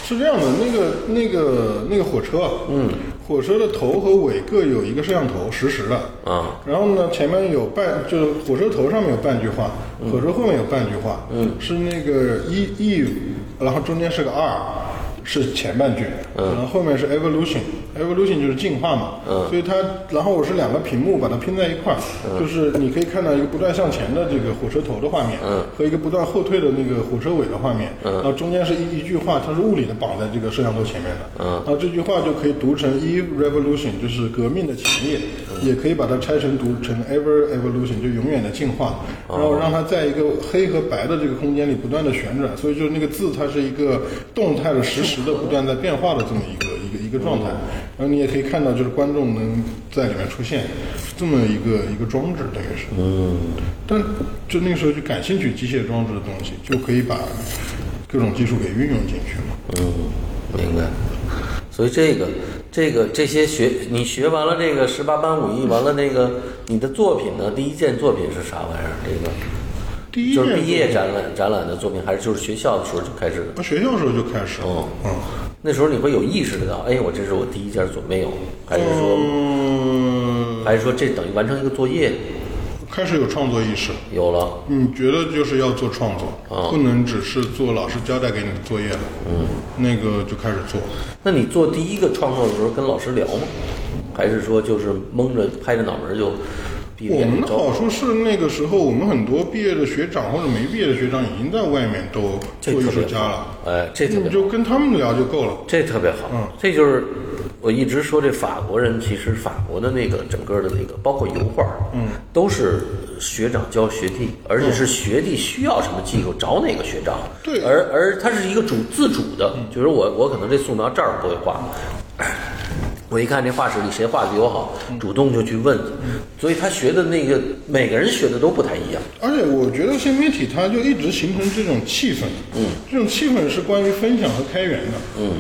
是这样的，那个那个那个火车，嗯，火车的头和尾各有一个摄像头，实时的，啊，然后呢，前面有半，就是火车头上面有半句话，火车后面有半句话，嗯，是那个 e e，然后中间是个 r。是前半句，然后后面是 evolution，evolution 就是进化嘛，所以它，然后我是两个屏幕把它拼在一块儿，就是你可以看到一个不断向前的这个火车头的画面，和一个不断后退的那个火车尾的画面，然后中间是一一句话，它是物理的绑在这个摄像头前面的，然后这句话就可以读成 e revolution，就是革命的前夜，也可以把它拆成读成 ever evolution，就永远的进化，然后让它在一个黑和白的这个空间里不断的旋转，所以就是那个字它是一个动态的、实时的、不断在变化的这么一个一个一个状态，然后你也可以看到就是观众能在里面出现，这么一个一个装置等于是，但就那个时候就感兴趣机械装置的东西，就可以把各种技术给运用进去嘛。嗯，明白。所以这个这个这些学你学完了这个十八般武艺，完了那个你的作品呢？第一件作品是啥玩意儿？这个第一就件是毕业展览展览的作品，还是就是学校的时候就开始的？我学校时候就开始了，哦嗯，那时候你会有意识得到，哎，我这是我第一件做没有，哦还是说，嗯，还是说这等于完成一个作业开始有创作意识，有了？你觉得就是要做创作，哦不能只是做老师交代给你的作业了，嗯，那个就开始做，那你做第一个创作的时候跟老师聊吗？还是说就是蒙着拍着脑门儿就闭着我眼们睛的照？好处是，那个时候我们很多毕业的学长或者没毕业的学长已经在外面都这做艺特术别家好了，，嗯哎，这特你别好，就跟他们聊就够了。这特别好，这就是我一直说这法国人，其实法国的那个整个的那个，包括油画，嗯，都是学长教学弟，而且是学弟需要什么技术找哪个学长，对而而它是一个主自主的，就是我我可能这素描这儿不会画。 我一看这画室里谁画的比我好，主动就去问，所以他学的那个每个人学的都不太一样。而且我觉得新媒体它就一直形成这种气氛，嗯，这种气氛是关于分享和开源的，嗯，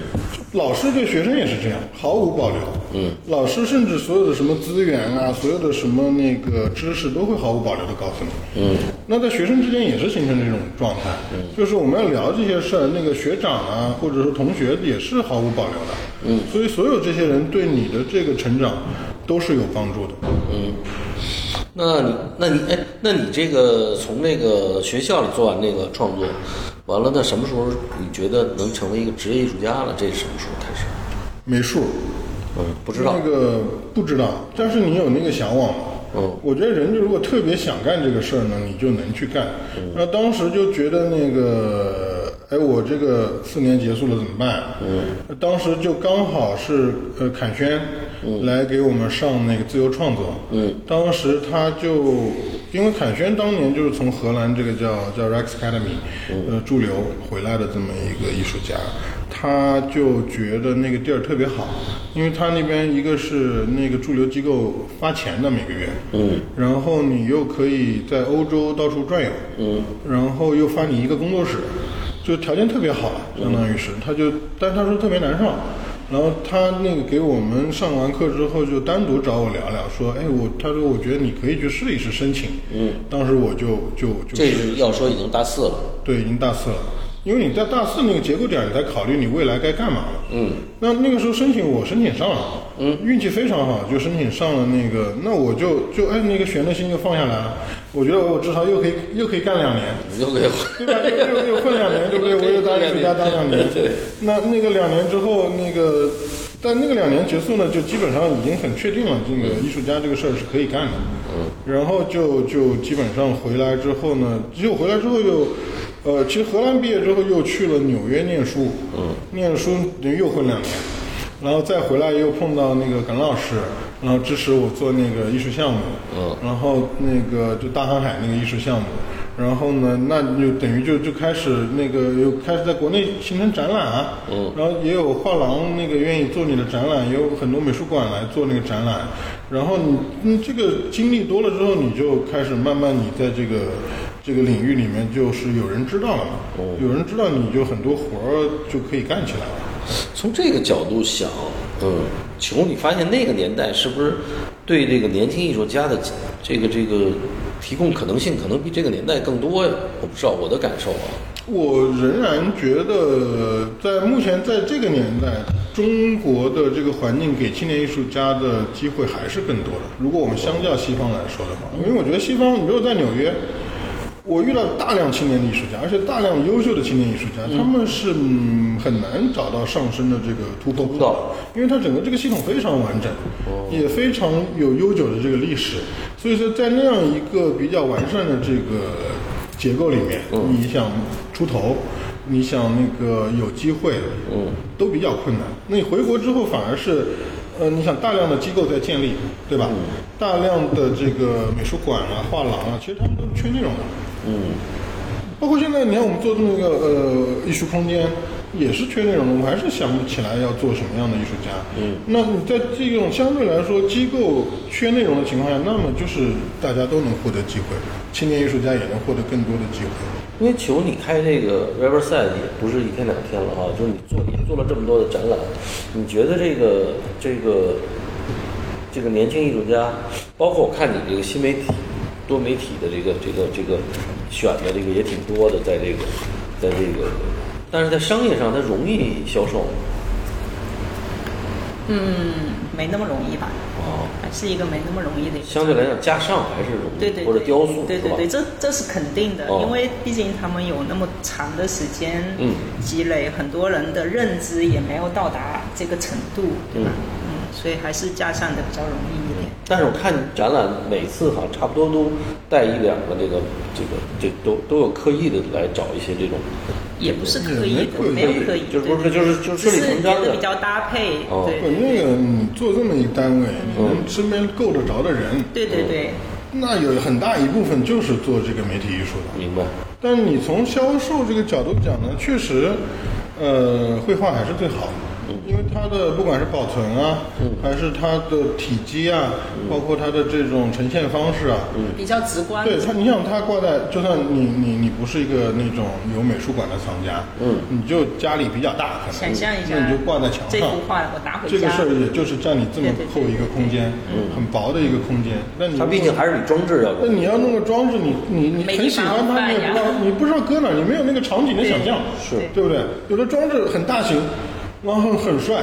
老师对学生也是这样，毫无保留，嗯，老师甚至所有的什么资源啊，所有的什么那个知识都会毫无保留的告诉你，嗯，那在学生之间也是形成这种状态，嗯，就是我们要聊这些事儿，那个学长啊，或者说同学也是毫无保留的，嗯，所以所有这些人对你的这个成长都是有帮助的，那你那你哎，那你这个从那个学校里做完那个创作，完了，那什么时候你觉得能成为一个职业艺术家了？这是什么时候开始？美术。嗯，不知道那。个不知道，但是你有那个向往吗？嗯我觉得人如果特别想干这个事儿呢，你就能去干。嗯那当时就觉得那个，哎，我这个四年结束了怎么办？嗯，当时就刚好是呃侃轩嗯来给我们上那个自由创作。嗯，当时他就因为侃轩当年就是从荷兰这个叫叫 Rex Academy 嗯呃驻留回来的这么一个艺术家，他就觉得那个地儿特别好，因为他那边一个是那个驻留机构发钱的每个月，嗯，然后你又可以在欧洲到处转悠，嗯，然后又发你一个工作室，就条件特别好了，相当于是，他就，但他说特别难上。然后他那个给我们上完课之后，就单独找我聊聊，说，哎，我他说我觉得你可以去试一试申请，嗯，当时我就就就这试是要说已经大四了，对，已经大四了。因为你在大四那个节骨点儿，你才考虑你未来该干嘛了。嗯，那那个时候申请我申请上了，嗯，运气非常好，就申请上了那个，那我就就哎那个悬的心就放下来了。我觉得哦我至少又可以又可以干两年，你就给我。 对吧？又又又混两年，对不对？我又当艺术家当两年。那那个两年之后，那个但那个两年结束呢，就基本上已经很确定了，这个艺术家这个事儿是可以干的。嗯。然后就就基本上回来之后呢，又回来之后又。呃，其实荷兰毕业之后又去了纽约念书，嗯，念书等于又混两年，然后再回来又碰到那个耿老师，然后支持我做那个艺术项目，嗯然后那个就大航海那个艺术项目，然后呢，那就等于就就开始那个又开始在国内形成展览啊，嗯，然后也有画廊那个愿意做你的展览，也有很多美术馆来做那个展览，然后你嗯这个经历多了之后，你就开始慢慢你在这个这个领域里面就是有人知道了嘛，有人知道你就很多活儿就可以干起来了。从这个角度想，嗯，球，你发现那个年代是不是对这个年轻艺术家的这个这个提供可能性，可能比这个年代更多呀？我不知道我的感受啊。我仍然觉得，在目前在这个年代，中国的这个环境给青年艺术家的机会还是更多的。如果我们相较西方来说的话，因为我觉得西方，你比如在纽约，我遇到大量青年艺术家，而且大量优秀的青年艺术家，他们是、嗯、很难找到上升的这个突破道口。因为它整个这个系统非常完整，也非常有悠久的这个历史，所以说在那样一个比较完善的这个结构里面，你想出头，你想那个有机会，嗯，都比较困难。那你回国之后反而是。呃，你想大量的机构在建立，对吧？大量的这个美术馆啊、画廊啊，其实他们都是缺内容的。包括现在，你看我们做的那个呃艺术空间，也是缺内容的，我还是想不起来要做什么样的艺术家。嗯，那你在这种相对来说机构缺内容的情况下，那么就是大家都能获得机会，青年艺术家也能获得更多的机会。因为球你开这个 Riverside 也不是一天两天了啊，就是你做也做了这么多的展览，你觉得这个这个这个年轻艺术家，包括我看你这个新媒体、多媒体的这个这个这个选的这个也挺多的，在这个在这个，但是在商业上它容易销售吗嗯，没那么容易吧？啊，还是一个没那么容易的一个相对来讲加上还是容易，对对对或者雕塑对对对，是吧？这这是肯定的，哦因为毕竟他们有那么长的时间嗯积累，很多人的认嗯知也没有到达这个程度，对吧？嗯，所以还是加上的比较容易一点。但是我看展览每次好像差不多都带一两个这个这个这都都有刻意的来找一些这种，也不是刻意的，嗯没有刻意，就是不是对就是就是只顺理是成觉章得比的。较搭配，哦对对那个你做这么一单位，你能身边够得着的人，对对对，那有很大一部分就是做这个媒体艺术的。明白，但是你从销售这个角度讲呢，确实，呃，绘画还是最好嗯的，因为它的不管是保存啊，还是它的体积啊，嗯包括它的这种呈现方式啊，比较直观。对它，你想它挂在，就算你你你不是一个那种有美术馆的藏家，嗯，你就家里比较大，可能想象一下，那你就挂在墙这上幅。画我拿回家，这个事儿也就是占你这么对对对嗯厚一个空间，很薄的一个空间。那你它毕竟还是比装置要那多。你要弄个装置，你你你没很地喜欢方它，放你也不知道呀，你不知道搁哪儿，你没有那个场景的想象，是对不对？有的装置很大型，然后很帅、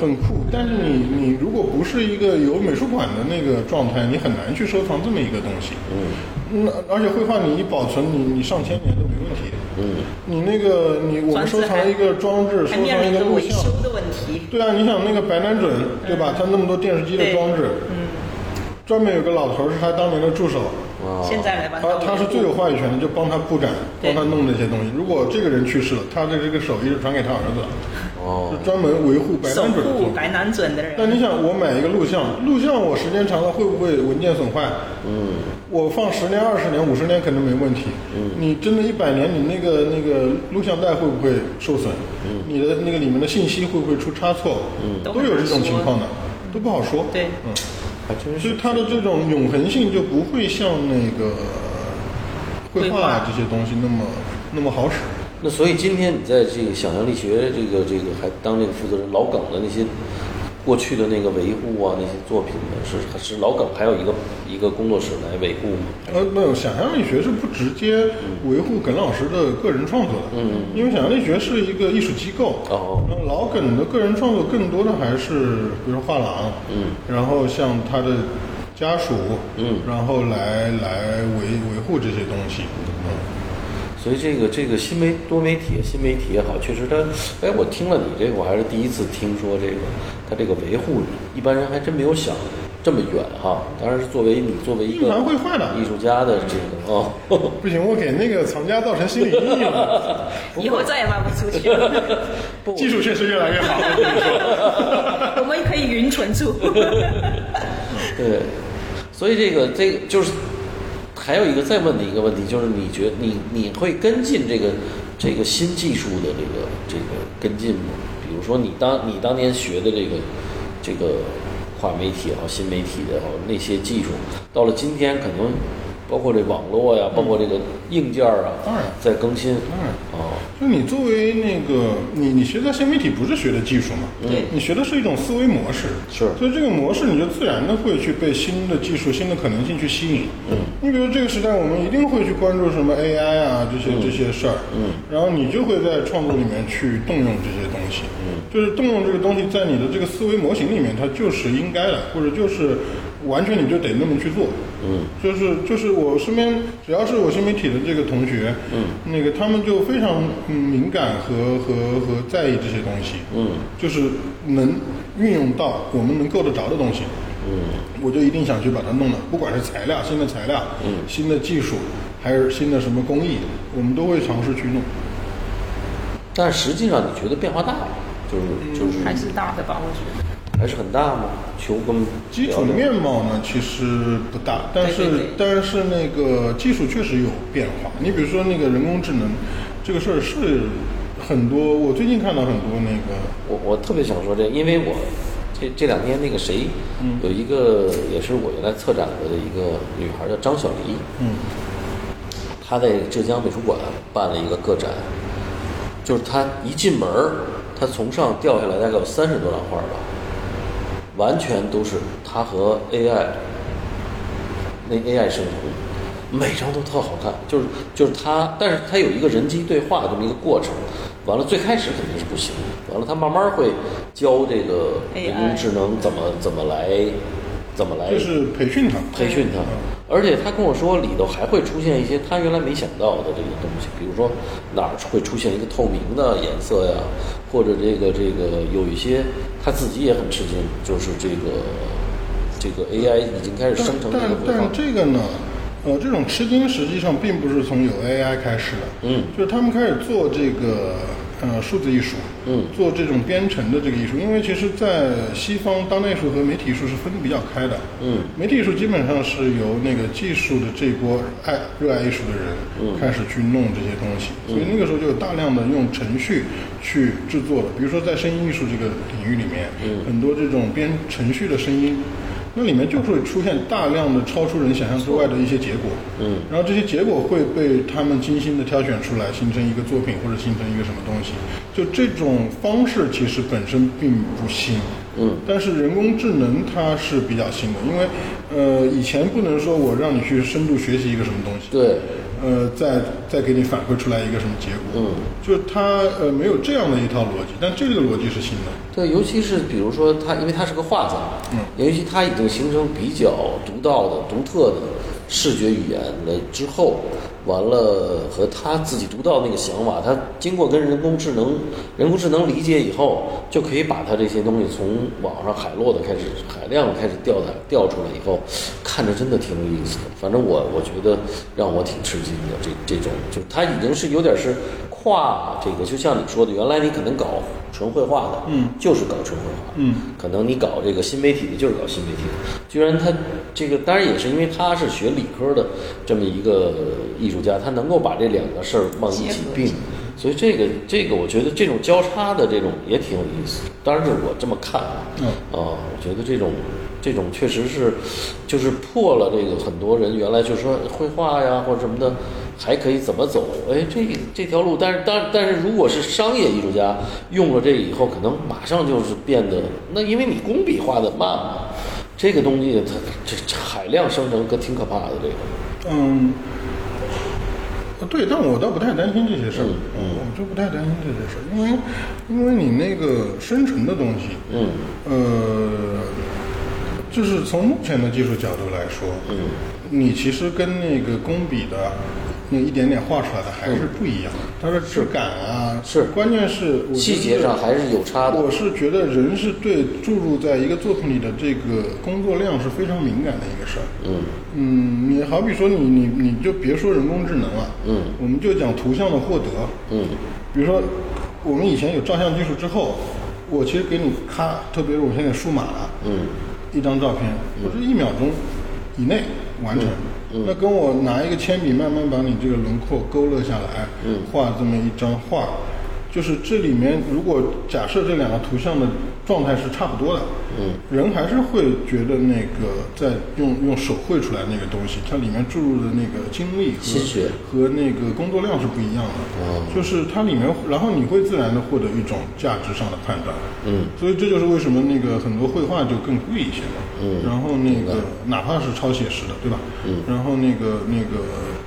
很酷，但是你你如果不是一个有美术馆的那个状态，你很难去收藏这么一个东西。嗯，那而且绘画你一保存，你你上千年都没问题。嗯，你那个你我们收藏一个装置，收还藏面一临个着录维像，修的问题。对啊，你想那个白南准对吧？他那么多电视机的对装置，嗯，专门有个老头儿是他当年的助手。啊现在来吧，他他是最有话语权的，就帮他布展，帮对他弄这些东西。如果这个人去世了，他的这个手艺就传给他儿子了，哦就，专门维护白守南准的作护品。白南准的但人，你想，我买一个录像，录像我时间长了会不会文件损坏？嗯，我放十年、二十年、五十年可能没问题。嗯，你真的一百年，你那个那个录像带会不会受损？嗯，你的那个里面的信息会不会出差错？嗯，都有这种情况的，都不好说。对嗯。还真所以是。它的这种永恒性就不会像那个绘绘画画这些东西那么那么好使。那所以今天你在这个想象力学这个这个还当这个负责人老耿的那些过去的那个维护啊那些作品呢，是是老耿还有一个一个工作室来维护吗？呃，没有，想象力学是不直接维护耿老师的个人创作的，嗯，因为想象力学是一个艺术机构，哦那老耿的个人创作更多的还是，比如说画廊，嗯，然后像他的家属，嗯，然后来来维维护这些东西，嗯，所以这个这个新媒多媒体新媒体也好，确实它，哎，我听了你这个，我还是第一次听说这个，它这个维护，一般人还真没有想这么远哈。当然是作为你作为一个一盘会坏的艺术家的这个哦，不行，我给那个藏家造成心理阴影 了。以后再也卖不出去了。技术确实越来越好，我跟你说。我们可以云存储。对，所以这个这个就是还有一个再问的一个问题，就是你觉你你会跟进这个这个新技术的这个这个跟进吗？比如说你当你当年学的这个这个跨媒体也好，新媒体也好，那些技术到了今天可能。包括这网络呀，包括这个硬件啊，当然在更新，当然哦，就你作为那个你你学在新媒体不是学的技术嘛？对你学的是一种思维模式。是所以这个模式你就自然的会去被新的技术、新的可能性去吸引。嗯，你比如这个时代，我们一定会去关注什么 AI 啊这些、这些事儿。嗯，然后你就会在创作里面去动用这些东西。嗯，就是动用这个东西在你的这个思维模型里面，它就是应该的，或者就是完全你就得那么去做。嗯，就是就是我身边只要是我新媒体的这个同学，嗯，那个他们就非常嗯敏感和和和在意这些东西。嗯，就是能运用到我们能够得着的东西。嗯，我就一定想去把它弄了，不管是材料、新的材料，嗯，新的技术，还是新的什么工艺，我们都会尝试去弄。但实际上你觉得变化大吗？就是嗯就是还是大的吧，我觉得。还是很大吗？求跟基础面貌呢，其实不大，但是对对对但是那个技术确实有变化。你比如说那个人工智能，这个事儿是很多，我最近看到很多那个，我我特别想说这，因为我这这两天那个谁，有一个也是我原来策展过的一个女孩儿叫张小黎，嗯，她在浙江美术馆办了一个个展，就是她一进门儿，她从上掉下来大概有三十多张画儿吧，完全都是她和 AI 那 AI 生成，每张都特好看，就是就是他，但是他有一个人机对话的这么一个过程。完了，最开始肯定是不行，完了他慢慢会教这个 AI 人工智能怎么怎么来，怎么来就是培训它。培训他。而且他跟我说，里头还会出现一些他原来没想到的这个东西，比如说哪儿会出现一个透明的颜色呀，或者这个这个有一些他自己也很吃惊，就是这个这个 AI 已经开始生成这但个回但放但。这个呢，呃，这种吃惊实际上并不是从有 AI 开始的，嗯，就是他们开始做这个呃数字艺术，嗯，做这种编程的这个艺术，因为其实，在西方当代艺术和媒体艺术是分得比较开的，嗯，媒体艺术基本上是由那个技术的这波爱热爱艺术的嗯人开始去弄这些东西，所以那个时候就有大量的用程序去制作的，比如说在声音艺术这个领域里面，嗯很多这种编程序的声音。那里面就会出现大量的超出人想象之外的一些结果，嗯，然后这些结果会被他们精心的挑选出来，形成一个作品或者形成一个什么东西。就这种方式其实本身并不新，嗯，但是人工智能它是比较新的，因为呃以前不能说我让你去深度学习一个什么东西，对，呃，再再给你反馈出来一个什么结果，嗯，就是它呃没有这样的一套逻辑，但这个逻辑是新的，对，尤其是比如说他，因为他是个画家，嗯，尤其他已经形成比较独到的、独特的视觉语言了之后，完了和他自己独到那个想法，他经过跟人工智能、人工智能理解以后，就可以把他这些东西从网上海洛的开始、海量的开始调的调出来以后，看着真的挺有意思的。反正我我觉得让我挺吃惊的，这这种就是他已经是有点是跨这个，就像你说的，原来你可能搞纯绘画的，嗯，就是搞纯绘画，嗯，可能你搞这个新媒体的，就是搞新媒体的。居然他这个，当然也是因为他是学理科的这么一个艺术家，他能够把这两个事儿往一起并，所以这个这个，我觉得这种交叉的这种也挺有意思。当然是我这么看啊，嗯，啊，我觉得这种这种确实是，就是破了这个很多人原来就说绘画呀或者什么的，还可以怎么走？哎，这这条路，但是但但是如果是商业艺术家用了这个以后，可能马上就是变得那因为你工笔画的慢嘛，这个东西它这这海量生成可挺可怕的这个，嗯，呃对，但我倒不太担心这些事儿，嗯，我就不太担心这些事儿，因为因为你那个生成的东西，嗯，呃，就是从目前的技术角度来说，嗯，你其实跟那个工笔的。那一点点画出来的还是不一样，它的质感啊，嗯是关键是我觉得细节上还是有差的。我是觉得人是对注入在一个作品里的这个工作量是非常敏感的一个事儿。嗯你好比说你你你就别说人工智能了，嗯，我们就讲图像的获得，嗯，比如说我们以前有照相技术之后，我其实给你咔，特别是我现在数码了，嗯，一张照片，我是一秒钟以内完成。那跟我拿一个铅笔慢慢把你这个轮廓勾勒下来，嗯，画这么一张画，就是这里面，如果假设这两个图像的状态是差不多的，嗯，人还是会觉得那个在用用手绘出来那个东西，它里面注入的那个精力和心血和那个工作量是不一样的。嗯就是它里面，然后你会自然的获得一种价值上的判断。嗯，所以这就是为什么那个很多绘画就更贵一些嘛。嗯，然后那个哪怕是超写实的，对吧？嗯，然后那个那个，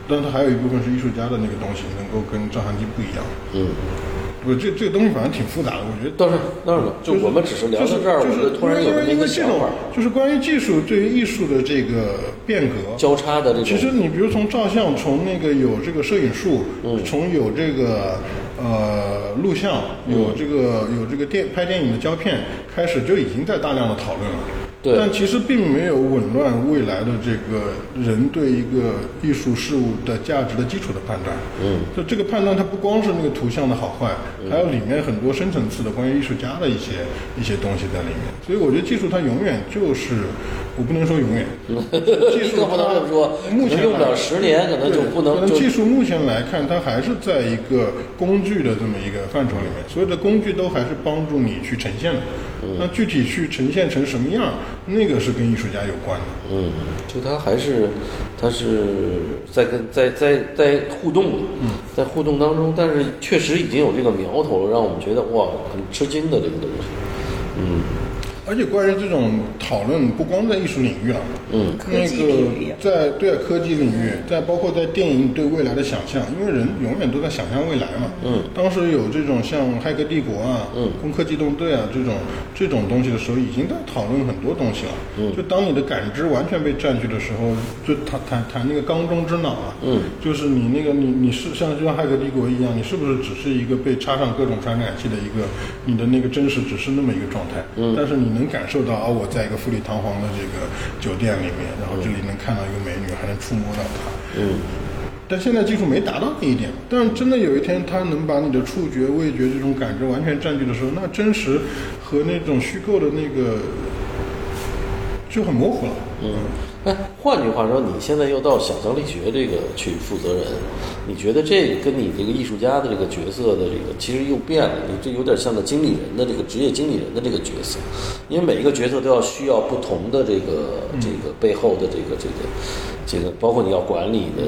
但它还有一部分是艺术家的那个东西，能够跟照相机不一样。嗯，不，这这个东西反正挺复杂的，我觉得。倒是倒是，就就是我们只是聊到这儿，就是我就突然有因这么为一因为个这想种法，就是关于技术对于艺术的这个变革，交叉的这种。其实你比如从照相，从那个有这个摄影术，从有这个呃录像，有这个有这个电拍电影的胶片开始，就已经在大量的讨论了。对但其实并没有紊乱未来的这个人对一个艺术事物的价值的基础的判断。嗯，就这个判断，它不光是那个图像的好坏，还有里面很多深层次的关于艺术家的一些一些东西在里面。所以我觉得技术它永远就是，我不能说永远，技术这个不能这么说它目前可能用不了来10年可能就对不能可能就技术目前来看，它还是在一个工具的这么一个范畴里面，所有的工具都还是帮助你去呈现的。嗯那具体去呈现成什么样，那个是跟艺术家有关的。嗯，就他还是，他是在跟在在在互动，嗯，在互动当中，但是确实已经有这个苗头了，让我们觉得哇，很吃惊的这个东西。而且关于这种讨论，不光在艺术领域了，嗯，科那技领域个在对啊科技领域，在包括在电影对未来的想象，因为人永远都在想象未来嘛，嗯，当时有这种像《骇客帝国》啊，嗯，《攻壳机动队啊》这种这种东西的时候，已经在讨论很多东西了，嗯，就当你的感知完全被占据的时候，就谈谈谈那个缸中之脑啊，嗯，就是你那个你你是像就像《骇客帝国》一样，你是不是只是一个被插上各种传感器的一个，你的那个真实只是那么一个状态，嗯，但是你能能感受到啊，我在一个富丽堂皇的这个酒店里面，然后这里能看到一个美女，还能触摸到她。嗯，但现在技术没达到那一点，但是真的有一天，它能把你的触觉、味觉这种感知完全占据的时候，那真实和那种虚构的那个就很模糊了。哎，换句话说，你现在又到想象力学这个去负责人，你觉得这个跟你这个艺术家的这个角色的这个其实又变了，你这有点像个经理人的这个职业经理人的这个角色，因为每一个角色都要需要不同的这个这个背后的这个这个这个，包括你要管理的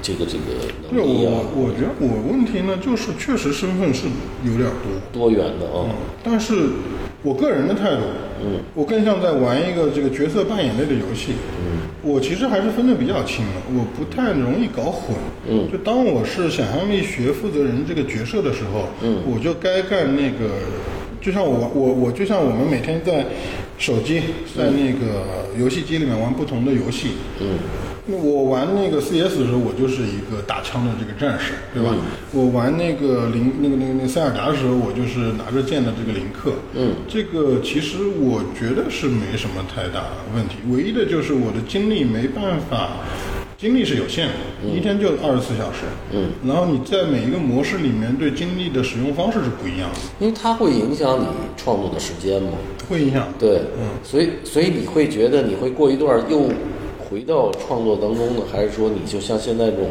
这个这个对能力啊，我，我觉得我问题呢，就是确实身份是有点多，多元的啊。但是我个人的态度，嗯，我更像在玩一个这个角色扮演类的游戏，嗯，我其实还是分得比较清的，我不太容易搞混，嗯，就当我是想象力学负责人这个角色的时候，嗯，我就该干那个，就像我我我就像我们每天在手机在那个游戏机里面玩不同的游戏，嗯。我玩那个 CS 的时候，我就是一个打枪的这个战士，对吧？我玩那个林那个那个那个塞尔达的时候，我就是拿着剑的这个林克。嗯，这个其实我觉得是没什么太大问题，唯一的就是我的精力没办法。精力是有限的，一天就二十四小时。嗯，然后你在每一个模式里面对精力的使用方式是不一样的，因为它会影响你创作的时间嘛，会影响。对，所以所以你会觉得你会过一段又回到创作当中呢，还是说你就像现在这种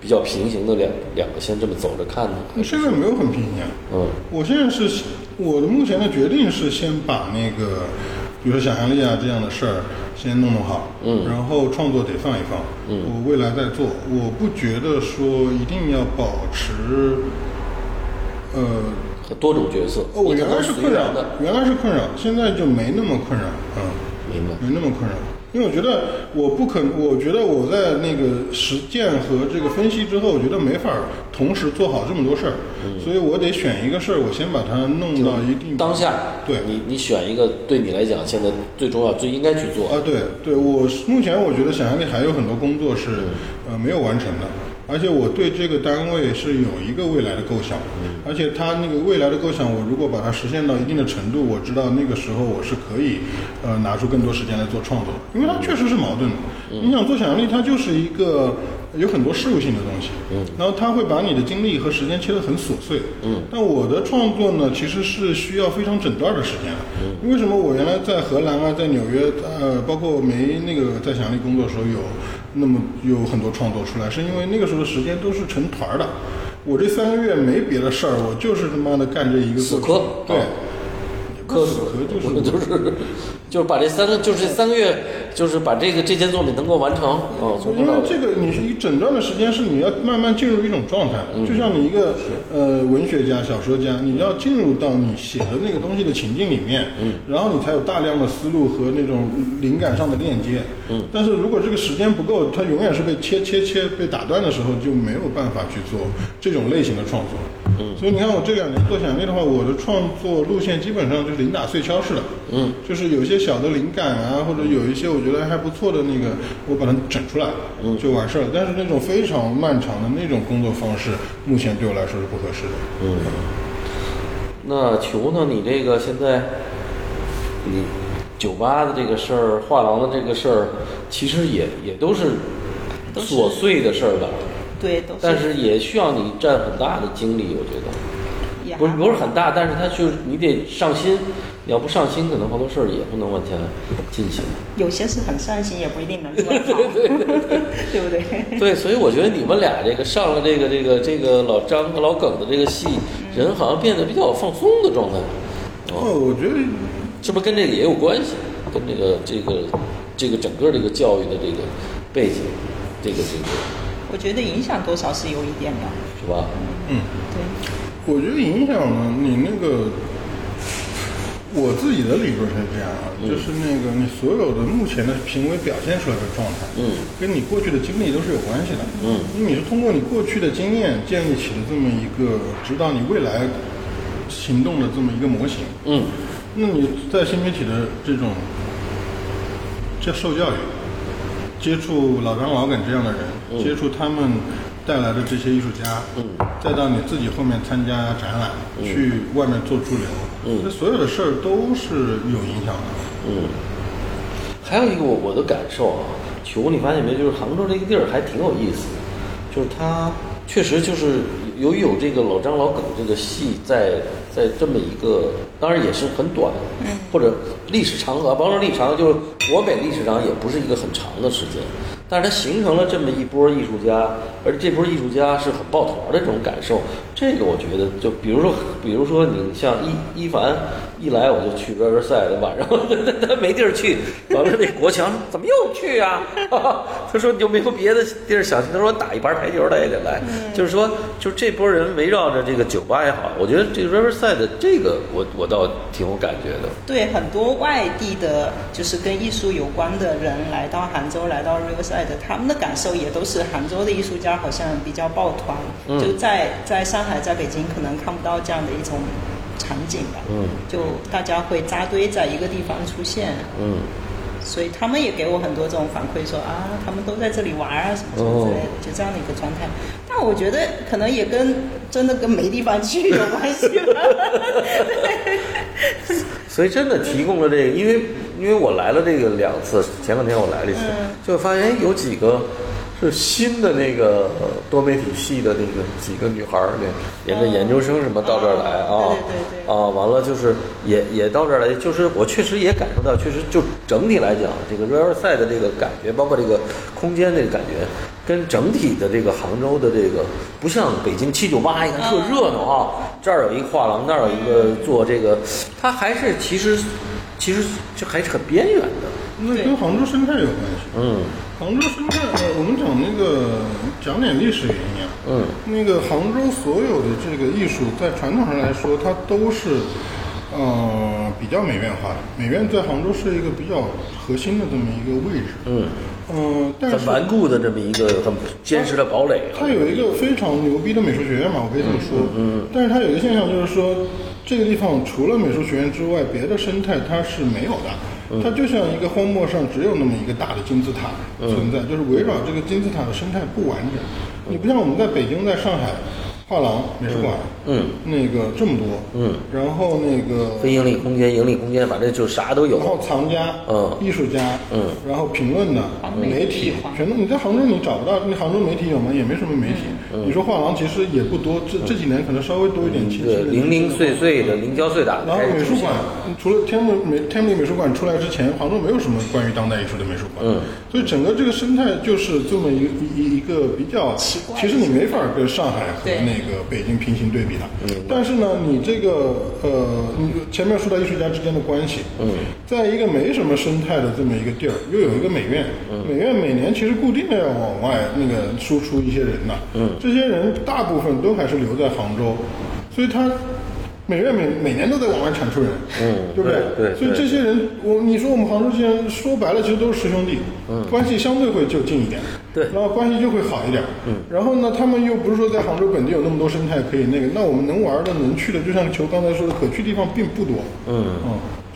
比较平行的两两个线这么走着看呢？我现在没有很平衡。嗯，我现在是我的目前的决定是先把那个，比如说想象力啊这样的事儿先弄弄好，嗯，然后创作得放一放，嗯，我未来再做。我不觉得说一定要保持，呃，和多种角色，哦，我你可原来能是随困扰缘的，，原来是困扰，现在就没那么困扰，嗯。明白？没那么困扰，因为我觉得我不可，我觉得我在那个实践和这个分析之后，我觉得没法儿同时做好这么多事儿，所以我得选一个事儿，我先把它弄到一定当下，对你你选一个对你来讲现在最重要、最应该去做，啊，对对，我是目前我觉得想象力还有很多工作是呃没有完成的，而且我对这个单位是有一个未来的构想，而且它那个未来的构想，我如果把它实现到一定的程度，我知道那个时候我是可以呃拿出更多时间来做创作的，因为它确实是矛盾的。你想做想象力，它就是一个有很多事务性的东西，嗯，然后它会把你的精力和时间切得很琐碎，嗯，但我的创作呢，其实是需要非常整段的时间的，嗯，为什么我原来在荷兰啊，在纽约，呃，包括没那个在想力工作的时候有那么有很多创作出来，是因为那个时候的时间都是成团儿的，我这三个月没别的事儿，我就是他妈的干这一个死作品磕对啊，不死磕就是我就是 就是把这三个，就是这三个月，就是把这个这件作品能够完成，哦，从头因为到尾这个你是一整段的时间是你要慢慢进入一种状态，嗯就像你一个呃文学家、小说家，你要进入到你写的那个东西的情境里面，嗯然后你才有大量的思路和那种灵感上的链接。嗯但是如果这个时间不够，它永远是被切切切被打断的时候，就没有办法去做这种类型的创作。所以你看，我这两年做想力的话，我的创作路线基本上就是零打碎敲式的，嗯，就是有一些小的灵感啊，或者有一些我觉得还不错的那个，我把它整出来，嗯，就完事儿了。但是那种非常漫长的那种工作方式，目前对我来说是不合适的。那球呢？你这个现在，你酒吧的这个事儿，画廊的这个事儿，其实也也都是都是琐碎的事儿吧，对，都是。但是也需要你占很大的精力，我觉得呀不是不是很大，但是它就是你得上心，你要不上心，可能好多事儿也不能往前进 行。有些是很善心，也不一定能 做得好，对不对？对，所以我觉得你们俩这个上了这个这个这个老张和老耿的这个戏，嗯人好像变得比较放松的状态，哦，我觉得是不是跟这个也有关系？跟这个这个这个整个这个教育的这个背景，这个这个我觉得影响多少是有一点的，是吧？对，我觉得影响呢，你那个，我自己的理论是这样啊，就是那个你所有的目前的行为表现出来的状态，嗯，跟你过去的经历都是有关系的，嗯，因为你是通过你过去的经验建立起的这么一个指导你未来行动的这么一个模型，嗯，那你在新媒体的这种这受教育，接触老张老耿这样的人，接触他们带来的这些艺术家，嗯，再到你自己后面参加展览，去外面做驻留，嗯，这所有的事儿都是有影响的。嗯还有一个我我的感受啊，球你发现没？就是杭州这个地儿还挺有意思，就是它确实就是由于有这个老张老耿这个戏在在这么一个，当然也是很短，或者历史长河，甭说历史长河，就是国美历史上也不是一个很长的时间，但是它形成了这么一波艺术家，而这波艺术家是很抱团儿的这种感受，这个我觉得就比如说，比如说你像一一凡一来我就去边边赛的晚上，他他没地儿去，完了那国强怎么又去啊？ 他说你有没有别的地儿想去？他说打一盘台球他也得来，就是说就这波人围绕着这个酒吧也好，我觉得这个 Riverside 这个我我倒挺有感觉的。对很多外地的，就是跟艺术有关的人来到杭州，来到 Riverside，他们的感受也都是杭州的艺术家好像比较抱团，嗯就在在上海、在北京可能看不到这样的一种场景吧。嗯，就大家会扎堆在一个地方出现，嗯，所以他们也给我很多这种反馈说啊，他们都在这里玩啊什么什么之类的，就这样的一个状态。但我觉得可能也跟真的跟没地方去有关系吧。所以真的提供了这个，因为因为我来了这个两次，前两天我来了一次，嗯就发现哎有几个是新的那个呃多媒体系的那个几个女孩儿，那连着研究生什么到这儿来啊哦对对对，对啊，完了就是也也到这儿来，就是我确实也感受到，确实就整体来讲，这个 River s i d 的这个感觉，包括这个空间这个感觉，跟整体的这个杭州的这个不像北京七九八一样特热闹啊，这儿有一画廊，那儿有一个做这个，它还是其实其实就还是很边缘的，那跟杭州生态有关系。嗯杭州生态，呃，我们讲那个讲点历史原因啊。嗯，那个杭州所有的这个艺术，在传统上来说，它都是，呃，比较美院化的。美院在杭州是一个比较核心的这么一个位置。嗯，嗯、但是很顽固的这么一个很坚实的堡垒啊，它有一个非常牛逼的美术学院嘛，我可以这么说。嗯，但是它有一个现象就是说，这个地方除了美术学院之外，别的生态它是没有的。它就像一个荒漠上只有那么一个大的金字塔存在，就是围绕这个金字塔的生态不完整。你不像我们在北京、在上海，画廊、美术馆，嗯，那个这么多，嗯，然后那个非盈利空间、盈利空间，反正就啥都有然。后藏家、嗯艺术家、嗯然后评论的、嗯媒体嗯，全都你在杭州你找不到，那杭州媒体有吗？也没什么媒体。嗯你说画廊其实也不多，这这几年可能稍微多一点其实对，零零碎碎的、零胶碎打的然后开始美出术现馆，除了天目美天目里美术馆出来之前，杭州没有什么关于当代艺术的美术馆。嗯，所以整个这个生态就是这么一个一一个比较，奇怪其实你没法跟上海和对那个北京平行对比的。但是呢，你这个呃，你前面说到艺术家之间的关系，嗯，在一个没什么生态的这么一个地儿，又有一个美院，美院每年其实固定的要往外那个输出一些人呐，嗯，这些人大部分都还是留在杭州，所以他。每月每每年都在往外产出人，嗯对不对对所以对这些人，我你说我们杭州这些人，说白了其实都是师兄弟，嗯，关系相对会就近一点，对然后关系就会好一点，嗯，然后呢，他们又不是说在杭州本地有那么多生态可以那个，那我们能玩的、能去的，就像球刚才说的，可去地方并不多，嗯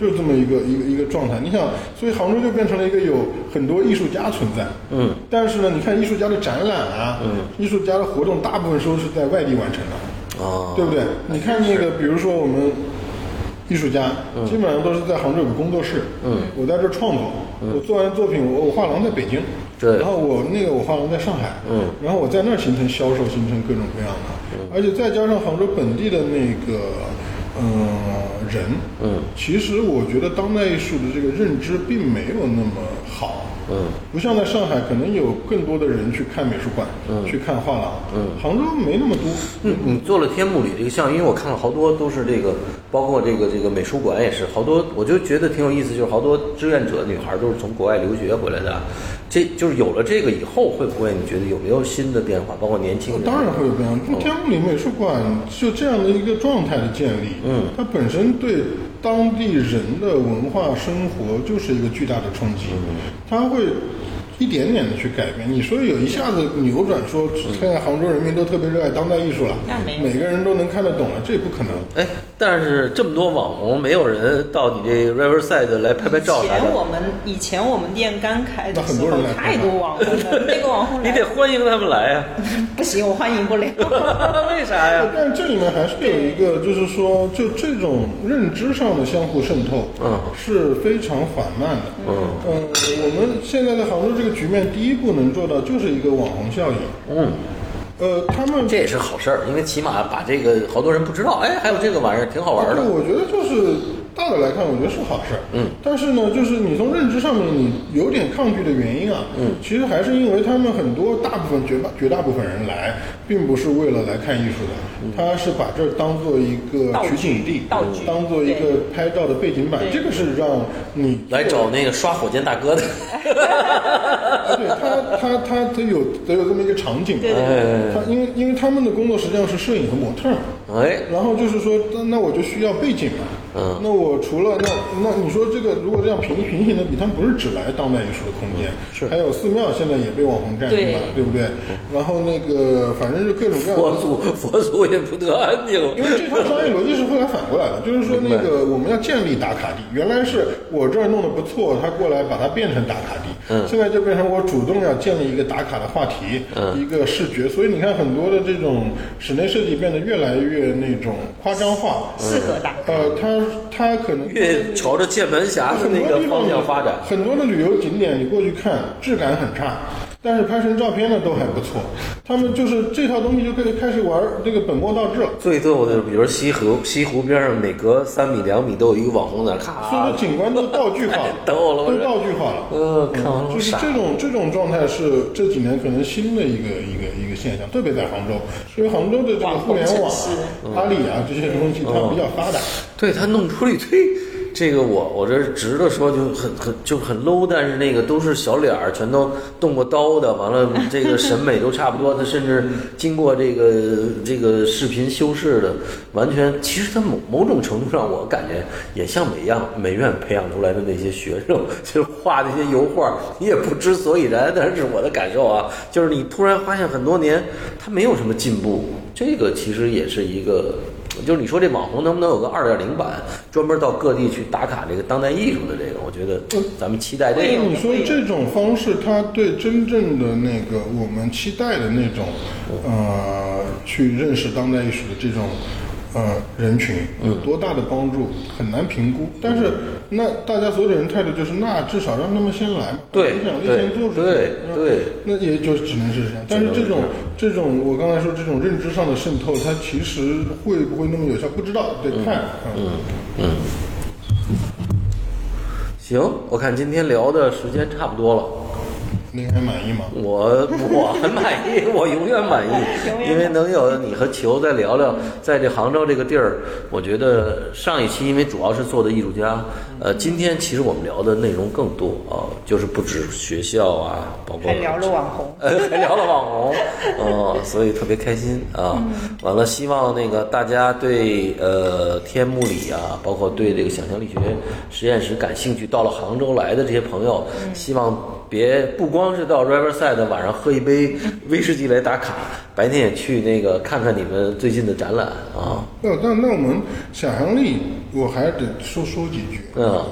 就是这么一个一个一个状态。你想，所以杭州就变成了一个有很多艺术家存在，嗯，但是呢，你看艺术家的展览啊，嗯，艺术家的活动大部分时候是在外地完成的，啊，对不对？你看那个，比如说我们艺术家，基本上都是在杭州有个工作室，嗯，我在这儿创作，我做完作品，我我画廊在北京，对然后我那个我画廊在上海，嗯，然后我在那儿形成销售，形成各种各样的，而且再加上杭州本地的那个，呃，人，嗯，其实我觉得当代艺术的这个认知并没有那么好，嗯，不像在上海，可能有更多的人去看美术馆，嗯，去看画廊，嗯，杭州没那么多，嗯，你做了天幕里这个项，因为我看了好多都是这个，包括这个这个美术馆也是好多，我就觉得挺有意思，就是好多志愿者女孩都是从国外留学回来的，这就是有了这个以后，会不会你觉得有没有新的变化？包括年轻人，哦当然会有变化。就天目里美术馆就这样的一个状态的建立，嗯，它本身对嗯当地人的文化生活就是一个巨大的冲击，它会一点点的去改变。你说有一下子扭转说，现在杭州人民都特别热爱当代艺术了那没，有每个人都能看得懂了，这也不可能。哎，但是这么多网红，没有人到你这 Riverside 来拍拍 照以啥前的，我们以前我们店刚开那的很时多候人，来太多网红了，那个网红你来得欢迎他们来啊！不行，我欢迎不了。为啥呀？但这里面还是有一个，就是说，就这种认知上的相互渗透，嗯是非常缓慢的，嗯，呃，我们现在的杭州这个局面，第一步能做到就是一个网红效应，嗯，呃，他们这也是好事儿，因为起码把这个好多人不知道，哎，还有这个玩意儿挺好玩对，的。我觉得就是大的来看，我觉得是好事儿。嗯，但是呢，就是你从认知上面你有点抗拒的原因啊，嗯，其实还是因为他们很多大部分绝大绝大部分人来，并不是为了来看艺术的，嗯他是把这儿当做一个道具取景地，道具当做一个拍照的背景板，这个是让你来找那个刷火箭大哥的，啊对他他他得有得有这么一个场景嘛，啊哎对对对他因为因为他们的工作实际上是摄影和模特儿嘛。哎，然后就是说，那那我就需要背景嘛。嗯那我除了那那你说这个，如果这样平平行的比，它不是只来当代艺术的空间，是还有寺庙现在也被网红占领了，对不对？然后那个反正就各种各样佛的。祖佛祖也不得安因宁。为这套商业逻辑是后来反过来的，就是说那个我们要建立打卡地，原来是我这儿弄得不错，他过来把它变成打卡地，嗯现在就变成我主动要建立一个打卡的话题，嗯一个视觉，所以你看很多的这种室内设计变得越来越那种夸张化，嗯适合打卡。呃，它它可能越朝着键盘侠的很多那个地方方向发展，很多的旅游景点你过去看，质感很差。但是拍成照片呢都还不错，他们就是这套东西就可以开始玩这个本末倒置了。最逗的，比如西湖西湖边上，每隔三米两米都有一个网红在那所有咔，的，景观都道具化了 逗了我都这道具化了。呃，看完了就我是傻。这种这种状态是这几年可能新的一个一个一个现象，特别在杭州，因为杭州的这个互联网啊网红城市、阿里啊这些东西它比较发达。对他弄出了一堆，这个我我这直的说就很很就很 low，但是那个都是小脸儿，全都动过刀的，完了这个审美都差不多，他甚至经过这个这个视频修饰的，完全其实他某某种程度上我感觉也像美样美院培养出来的那些学生，就是画那些油画，你也不知所以然，但是我的感受啊，就是你突然发现很多年他没有什么进步，这个其实也是一个。就是你说这网红能不能有个二点零版，专门到各地去打卡这个当代艺术的这个？我觉得咱们期待这但个。你说嗯这种方式，它对真正的那个我们期待的那种，呃，去认识当代艺术的这种。呃，人群有多大的帮助很难评估，但是那大家所有的人态度就是，那至少让他们先来嘛，对影响力对先做出来对嗯对那也就只能是这样。但是这种这种，我刚才说这种认知上的渗透，它其实会不会那么有效，不知道，得看。嗯，行，我看今天聊的时间差不多了，您还满意吗？我我很满意，我永远满永意，远因为能有你和球再聊聊，在这杭州这个地儿，我觉得上一期因为主要是做的艺术家，呃，今天其实我们聊的内容更多啊、就是不止学校啊，包括还聊了网红，呃，还聊了网 红，嗯、所以特别开心啊。完了，希望那个大家对呃天幕里啊，包括对这个想象力学实验室感兴趣，到了杭州来的这些朋友，希望别不光是到 Riverside 晚上喝一杯威士忌来打卡，白天也去那个看看你们最近的展览啊。那那那我们想象力，我还得说说几句。嗯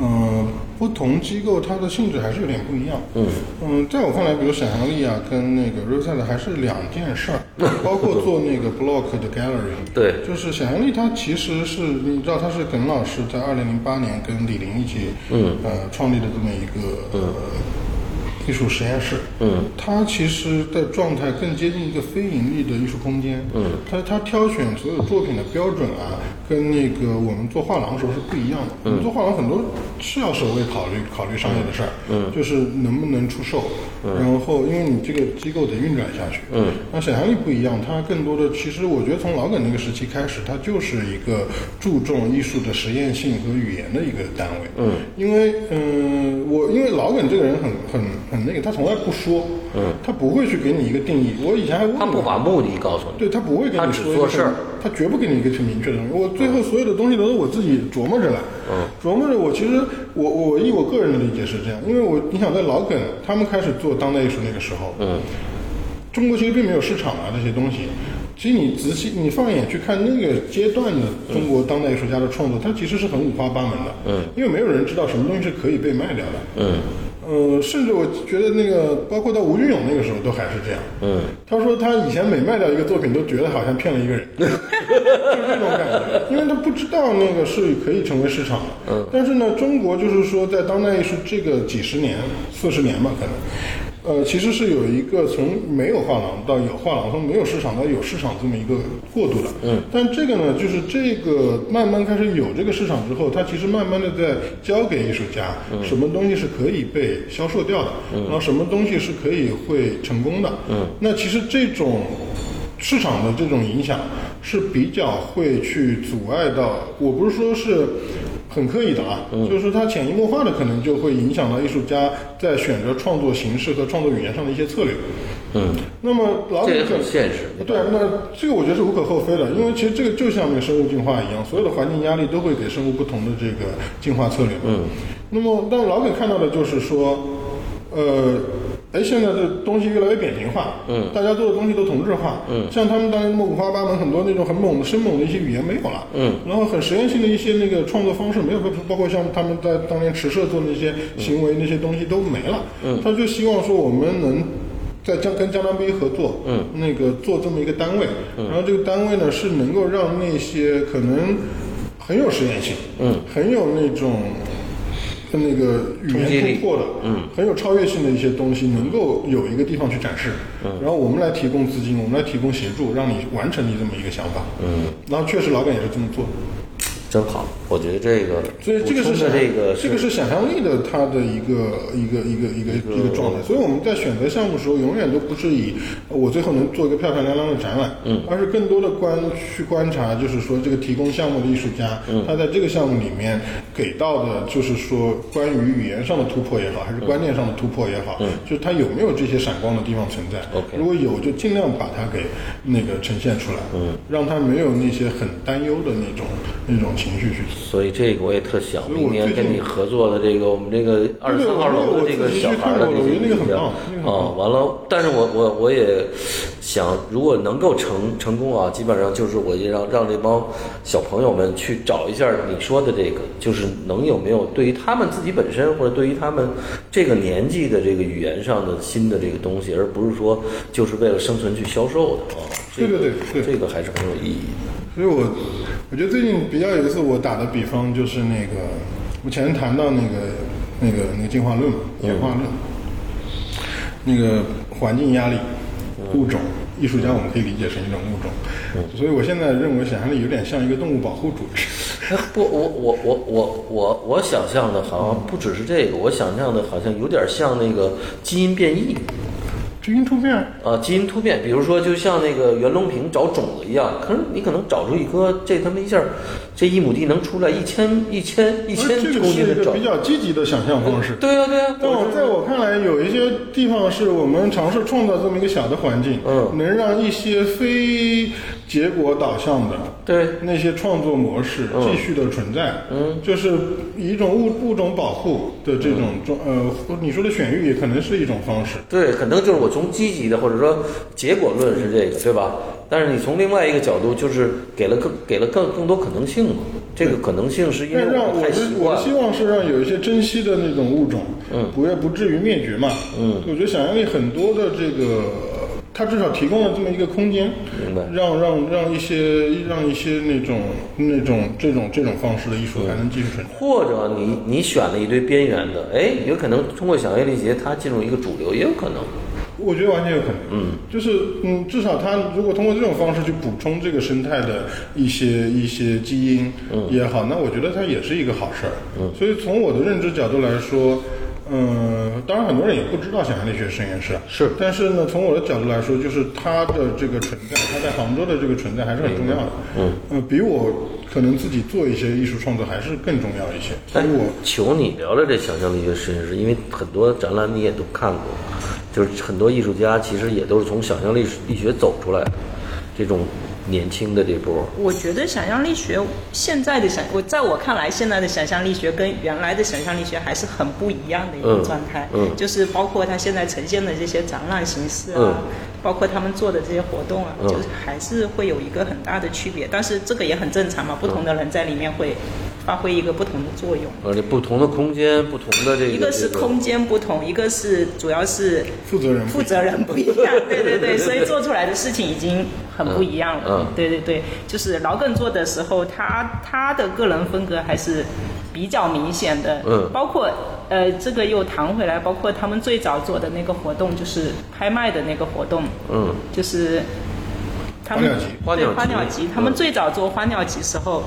嗯，不同机构它的性质还是有点不一样。嗯在我看来，比如想象力啊，跟那个 r o s e t 还是两件事 儿，包括做那个 block 的 gallery。对就是想象力，它其实是你知道，它是耿老师在二零零八年跟李林一起，嗯，呃，创立的这么一个，呃。艺术实验室，嗯，它其实的状态更接近一个非盈利的艺术空间，嗯，它它挑选所有作品的标准啊，跟那个我们做画廊时候是不一样的。我们做画廊很多是要首位考虑考虑商业的事儿，嗯，就是能不能出售，然后因为你这个机构得运转下去，嗯，那想象力不一样，它更多的其实我觉得从老耿那个时期开始，它就是一个注重艺术的实验性和语言的一个单呃位，嗯，因为嗯、我因为老耿这个人很很很那个，他从来不说，嗯，他不会去给你一个定义。我以前还问他不过把目的告诉你，嗯对他不会跟他你只说一做个很事儿，嗯他绝不给你一个很明确的东西。我最后所有的东西都是我自己琢磨着来，琢磨着我其实我我我以我个人的理解是这样，因为我你想在老梗他们开始做当代艺术那个时候，嗯，中国其实并没有市场啊这些东西。其实你仔细你放眼去看那个阶段的中国当代艺术家的创作，它其实是很五花八门的，嗯，因为没有人知道什么东西是可以被卖掉的，嗯。呃，甚至我觉得那个，包括到吴俊勇那个时候，都还是这样。嗯，他说他以前每卖掉一个作品，都觉得好像骗了一个人，就是这种感觉，因为他不知道那个是可以成为市场的。嗯，但是呢，中国就是说，在当代艺术这个几十年、四十年吧，可能。呃，其实是有一个从没有画廊到有画廊，从没有市场到有市场这么一个过渡的。嗯，但这个呢，就是这个慢慢开始有这个市场之后，它其实慢慢的在教给艺术家什么东西是可以被销售掉的，然后什么东西是可以会成功的。嗯，那其实这种市场的这种影响是比较会去阻碍到，我不是说是很刻意的啊，就是说它潜移默化的可能就会影响到艺术家在选择创作形式和创作语言上的一些策略。嗯，那么老这李也可很现实。对，那这个我觉得是无可厚非的，因为其实这个就像那个生物进化一样，所有的环境压力都会给生物不同的这个进化策略。嗯，那么但老耿看到的就是说，呃。哎，现在这东西越来越扁平化，嗯，大家做的东西都同质化，嗯，像他们当年那么五花八门，很多那种很猛的、生猛的一些语言没有了，嗯，然后很实验性的一些那个创作方式没有，包括像他们在当年池社做的那些行为、那些东西都没了，嗯，他就希望说我们能在江跟江南杯合作，嗯，那个做这么一个单位，然后这个单位呢是能够让那些可能很有实验性，嗯，很有那种跟那个语冲击力言突破的，嗯，很有超越性的一些东西，能够有一个地方去展示，嗯，然后我们来提供资金，我们来提供协助，让你完成你这么一个想法，嗯，然后确实老板也是这么做的，真好，我觉得这个所以这个补充是想的这个这个是想象力的它的一个一个一个一个一个状态。所以我们在选择项目的时候，永远都不是以呃我最后能做一个漂漂亮亮的展览，嗯，而是更多的观去观察，就是说这个提供项目的艺术家，嗯他在这个项目里面给到的，就是说关于语言上的突破也好，嗯还是观念上的突破也好，就是他有没有这些闪光的地方存在。 OK 如果有，就尽量把它给那个呈现出来，嗯，让他没有那些很担忧的那种那种情绪去。所以这个我也特想，所以我明年最跟近你合作的这个我们这个二十三号楼的这个小孩儿的我自己去看过了我觉得这那个个很棒那个很棒啊，完了，但是我我我也想，如果能够成成功啊，基本上就是我也让让这帮小朋友们去找一下你说的这个，就是能有没有对于他们自己本身或者对于他们这个年纪的这个语言上的新的这个东西，而不是说就是为了生存去销售的啊。这个对对对对这个还是很有意义的。所以我我觉得最近比较有一次我打的比方就是那个，我前面谈到那个那个那个进化论嘛，嗯演化论，那个环境压力、嗯物种、艺术家，我们可以理解成一种物种。所以我现在认为想象力有点像一个动物保护组织。 哎不，我我我我我我想象的好像不只是这个，我想象的好像有点像那个基因变异基因突变啊，啊，基因突变，比如说就像那个袁隆平找种子一样，可是你可能找出一颗，这他妈一下，这一亩地能出来一千一千一千哎这个公斤是一的个种比，较积极的想象方式。对呀、啊对呀、但我在我看来，有一些地方是我们尝试创造这么一个小的环境，嗯能让一些非结果导向的对那些创作模式继续的存在，嗯，就是以一种物物种保护的这种状、嗯呃，你说的选育也可能是一种方式，对，可能就是我从积极的或者说结果论是这个，对吧？但是你从另外一个角度，就是给了更给了更更多可能性嘛。这个可能性是因为但让我我太的习我惯的了希。望是让有一些珍惜的那种物种，嗯，不要不至于灭绝嘛，嗯，我觉得想象力很多的这个，它至少提供了这么一个空间，明白让让让一些让一些那种那种这种这种方式的艺术嗯还能继续存在。或者你你选了一堆边缘的，哎，有可能通过想象力结，它进入一个主流，也有可能。我觉得完全有可能，嗯，就是嗯，至少他如果通过这种方式去补充这个生态的一些一些基因也好，那我觉得它也是一个好事儿，嗯，所以从我的认知角度来说。嗯，当然，很多人也不知道想象力学实验室啊是但是呢，从我的角度来说，就是它的这个存在，它在杭州的这个存在还是很重要的。嗯，呃，比我可能自己做一些艺术创作还是更重要一些。所以但我求你聊聊这想象力学实验室，因为很多展览你也都看过，就是很多艺术家其实也都是从想象力力学走出来的，这种年轻的这波，我觉得想象力学现在的想，我在我看来，现在的想象力学跟原来的想象力学还是很不一样的一个嗯状态。嗯就是包括他现在呈现的这些展览形式啊，嗯包括他们做的这些活动啊，嗯就是还是会有一个很大的区别。但是这个也很正常嘛，嗯不同的人在里面会发挥一个不同的作用。而且不同的空间，不同的这个，一个是这空间不同，一个是主要是负责人不负责人不一样， 对对对，所以做出来的事情已经很不一样了。嗯嗯对对对，就是老耿做的时候，他他的个人风格还是比较明显的。嗯包括呃，这个又谈回来，包括他们最早做的那个活动，就是拍卖的那个活动，嗯，就是他花们鸟集花鸟对花集鸟集，他们嗯最早做花鸟集时候。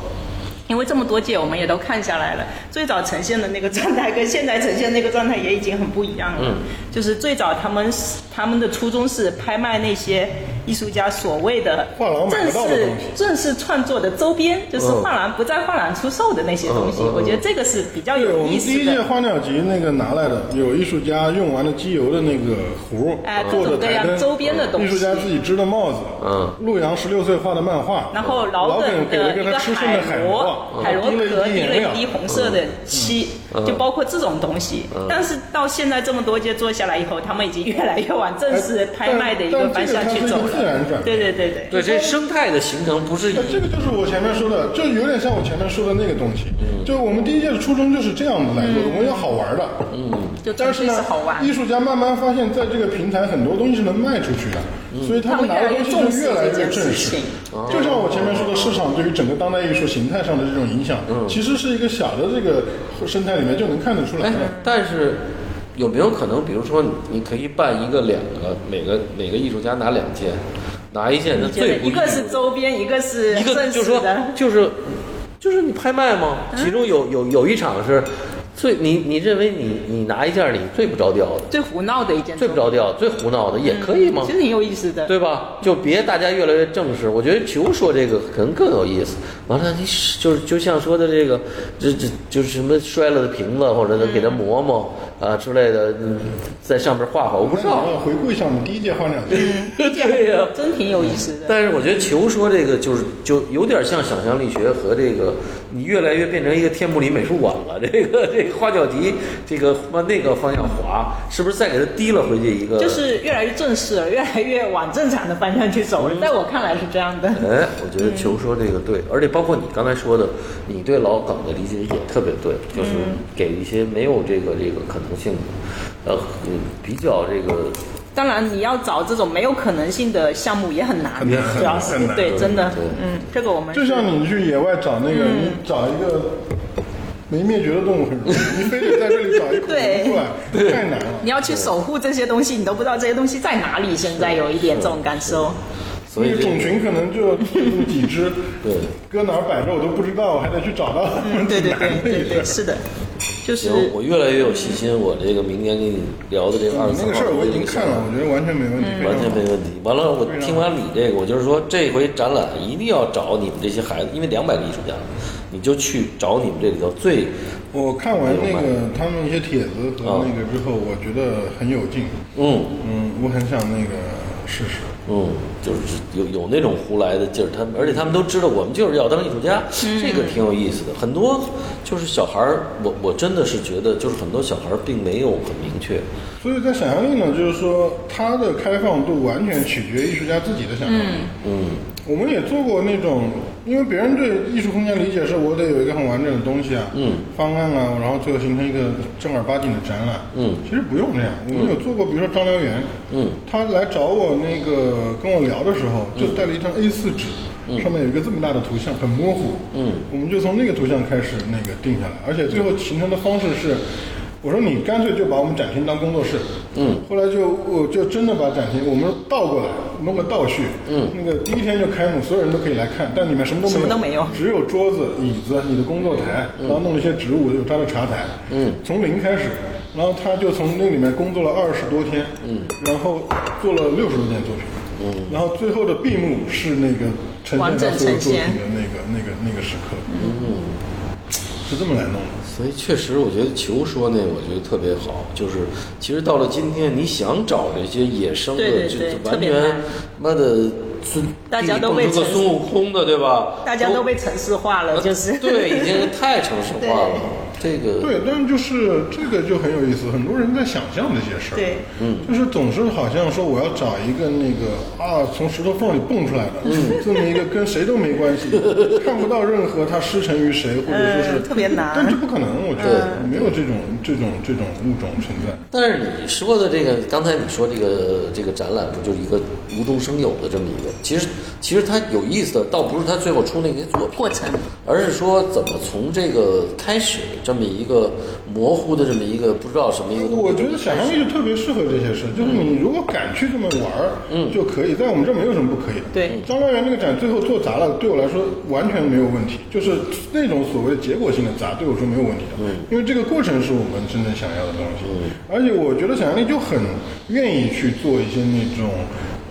因为这么多届我们也都看下来了，最早呈现的那个状态跟现在呈现的那个状态也已经很不一样了。嗯就是最早他们是他们的初衷是拍卖那些艺术家所谓的画廊买正不到的式东西正式创作的周边，就是嗯画廊不在画廊出售的那些东西。嗯嗯嗯我觉得这个是比较对，有我们意第一思届的。花鸟集那个拿来的，有艺术家用完了机油的那个壶哎做各的种各台样灯，周边的东西艺术家自己织的帽子，嗯，陆阳十六岁画的漫画，然后老耿耿给了的个一他个吃剩的海螺螺，，海螺滴壳了一滴滴颜了料一滴，红色嗯的漆，就包括这种东西。但是到现在这么多届做下来以后，他们已经越来越往正式拍卖的一哎但个但方向这个它是去一个走自然转了变。对对对对。对，这生态的形成不是以那这个就是我前面说的，就有点像我前面说的那个东西。就我们第一届的初衷就是这样子来做，我们要好玩的。嗯，就纯但是粹呢是好，玩艺术家慢慢发现，在这个平台很多东西是能卖出去的，所以他们拿的东西就越来越正式。就像我前面说的，市场对于整个当代艺术形态上的这种影响，其实是一个小的这个生态里面就能看得出来哎的。，嗯但是有没有可能，比如说你可以办一个两个，每个每个艺术家拿两件，拿一件那觉得最不一个是周边，一个是一个正就是式说的。嗯就是就是你拍卖吗？其中有有有一场是最你你认为你你拿一件你最不着调的，最胡闹的一件，最不着调、最胡闹的也嗯可以吗其？实挺有意思的。对吧？就别大家越来越正式，我觉得球说这个可能更有意思。完了，你是就是就像说的这个，这这就是什么摔了的瓶子，或者能给嗯它磨磨啊之类的，嗯在上面画画，我不知那道嗯我。要回顾一下我们第一届画两届，对呀、真挺有意思的。但是我觉得球说这个就是就有点像想象力学和这个，你越来越变成一个天幕里美术馆了。这个这个花鸟集这个往那个方向滑，是不是再给它提了回去一个？就是越来越正式了，越来越往正常的方向去走了。在我看来是这样的。哎，我觉得球说这个对，而且包括你刚才说的，你对老港的理解也特别对，就是给一些没有这个这个可能性的，呃，嗯比较这个当然，你要找这种没有可能性的项目也很难很难，主要是很难对，真的对，嗯，这个我们就像你去野外找那个，你找一个没灭绝的动物很容易， 你非得在这里找一恐对龙出来，太难了。你要去守护这些东西，你都不知道这些东西在哪里。现在有一点这种感受，所以那个这种群可能就几只，对，搁哪儿摆着我都不知道，我还得去找到。 嗯，对对挺对难的一对对，事是的，就是行，我越来越有信心，我这个明年跟你聊的这个二你那十三嗯个事儿我已经看看了，我觉得完全没嗯问题，非常完全好没问题。完了，我听完你这个，我就是说，这回展览一定要找你们这些孩子，因为两百个艺术家，你就去找你们这里头最我看完那个他们一些帖子和那个之后，我觉得很有劲。嗯嗯，我很想那个试试。嗯，就是有有那种胡来的劲儿。他们，而且他们都知道我们就是要当艺术家，嗯这个挺有意思的。很多就是小孩儿，我我真的是觉得，就是很多小孩儿并没有很明确。所以在想象力呢，就是说它的开放度完全取决于艺术家自己的想象力。嗯，我们也做过那种，因为别人对艺术空间理解是我得有一个很完整的东西啊，嗯，方案啊，然后最后形成一个正儿八经的展览，嗯，其实不用这样。我们有做过，比如说张燎原，嗯，他来找我那个跟我聊的时候，就带了一张 A4 纸，上面有一个这么大的图像，很模糊，嗯，我们就从那个图像开始那个定下来，而且最后形成的方式是。我说你干脆就把我们展厅当工作室，嗯，后来就我就真的把展厅我们倒过来弄个倒叙，嗯，那个第一天就开幕，所有人都可以来看，但里面什么都没有，什么都没有只有桌子、椅子、你的工作台，然后弄了一些植物，有他的茶台，嗯，从零开始，然后他就从那里面工作了二十多天，嗯，然后做了六十多件作品，嗯，然后最后的闭幕是那个呈现他所有作品的那个那个那个时刻，嗯，是这么来弄的。所以确实，我觉得球说那，我觉得特别好，就是其实到了今天，你想找这些野生的，对对就对就特完别全难妈的孙，大家给你都蹦被出个城孙悟空的，对吧？大家都被城市化了，就 是对，已经太城市化 了。这个对，但就是这个就很有意思，很多人在想象这些事儿。对，嗯，就是总是好像说我要找一个那个啊，从石头缝里蹦出来的，这么一个跟谁都没关系，看不到任何它师承于谁，或者说是嗯特别难但这不可能，我觉得没有这种这种这种物种存在。但是你说的这个，刚才你说这个这个展览，不就是一个无中生有的这么一个？其实其实它有意思的，倒不是它最后出那些作品，过程。而是说怎么从这个开始这么一个模糊的这么一个不知道什么一个东西。我觉得想象力就特别适合这些事，就是你如果敢去这么玩儿，嗯，就可以。在我们这儿没有什么不可以的。对张乐园那个展最后做砸了，对我来说完全没有问题，就是那种所谓结果性的砸，对我说没有问题的。嗯，因为这个过程是我们真正想要的东西。而且我觉得想象力就很愿意去做一些那种。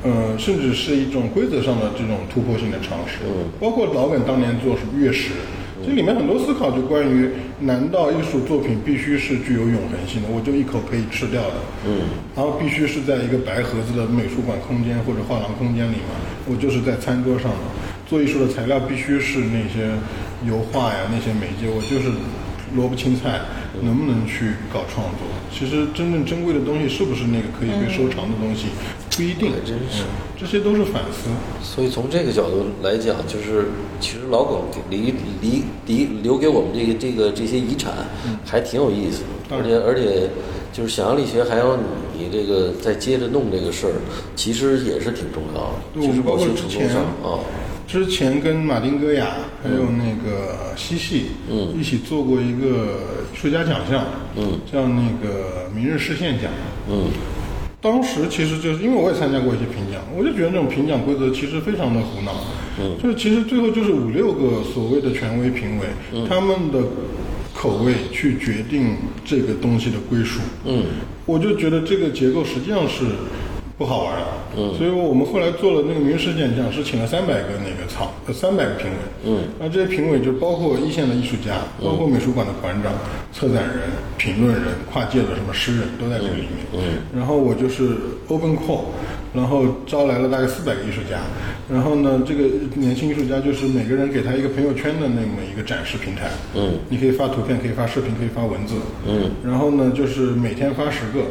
嗯，甚至是一种规则上的这种突破性的尝试，包括老耿当年做是月食，这里面很多思考就关于，难道艺术作品必须是具有永恒性的？我就一口可以吃掉的，嗯，然后必须是在一个白盒子的美术馆空间或者画廊空间里嘛，我就是在餐桌上嘛，做艺术的材料必须是那些油画呀，那些媒介，我就是萝卜青菜，能不能去搞创作？其实真正珍贵的东西是不是那个可以被收藏的东西，不一定，真是、这些都是反思。所以从这个角度来讲，就是其实老耿给离离离留给我们这个这个这些遗产，嗯还挺有意思的。而且而且，就是想象力学，还有你这个再接着弄这个事儿，其实也是挺重要的。对就是某我些程们包括之度上前啊，之前跟马丁·戈雅还有那个嬉戏，嗯，一起做过一个艺术家奖项，嗯，叫那个明日视线奖，嗯。当时其实就是因为我也参加过一些评奖，我就觉得那种评奖规则其实非常的胡闹，嗯，就是其实最后就是五六个所谓的权威评委，他们的口味去决定这个东西的归属，嗯，我就觉得这个结构实际上是不好玩儿的，嗯，所以我们后来做了那个民事件奖，是请了三百个那个场，三百个评委，嗯，那这些评委就包括一线的艺术家，包括美术馆的馆长、策展人、评论人、跨界的什么诗人都在这个里面，嗯，然后我就是 open call，然后招来了大概四百个艺术家，然后呢，这个年轻艺术家就是每个人给他一个朋友圈的那么一个展示平台，嗯，你可以发图片，可以发视频，可以发文字，嗯，然后呢，就是每天发十个，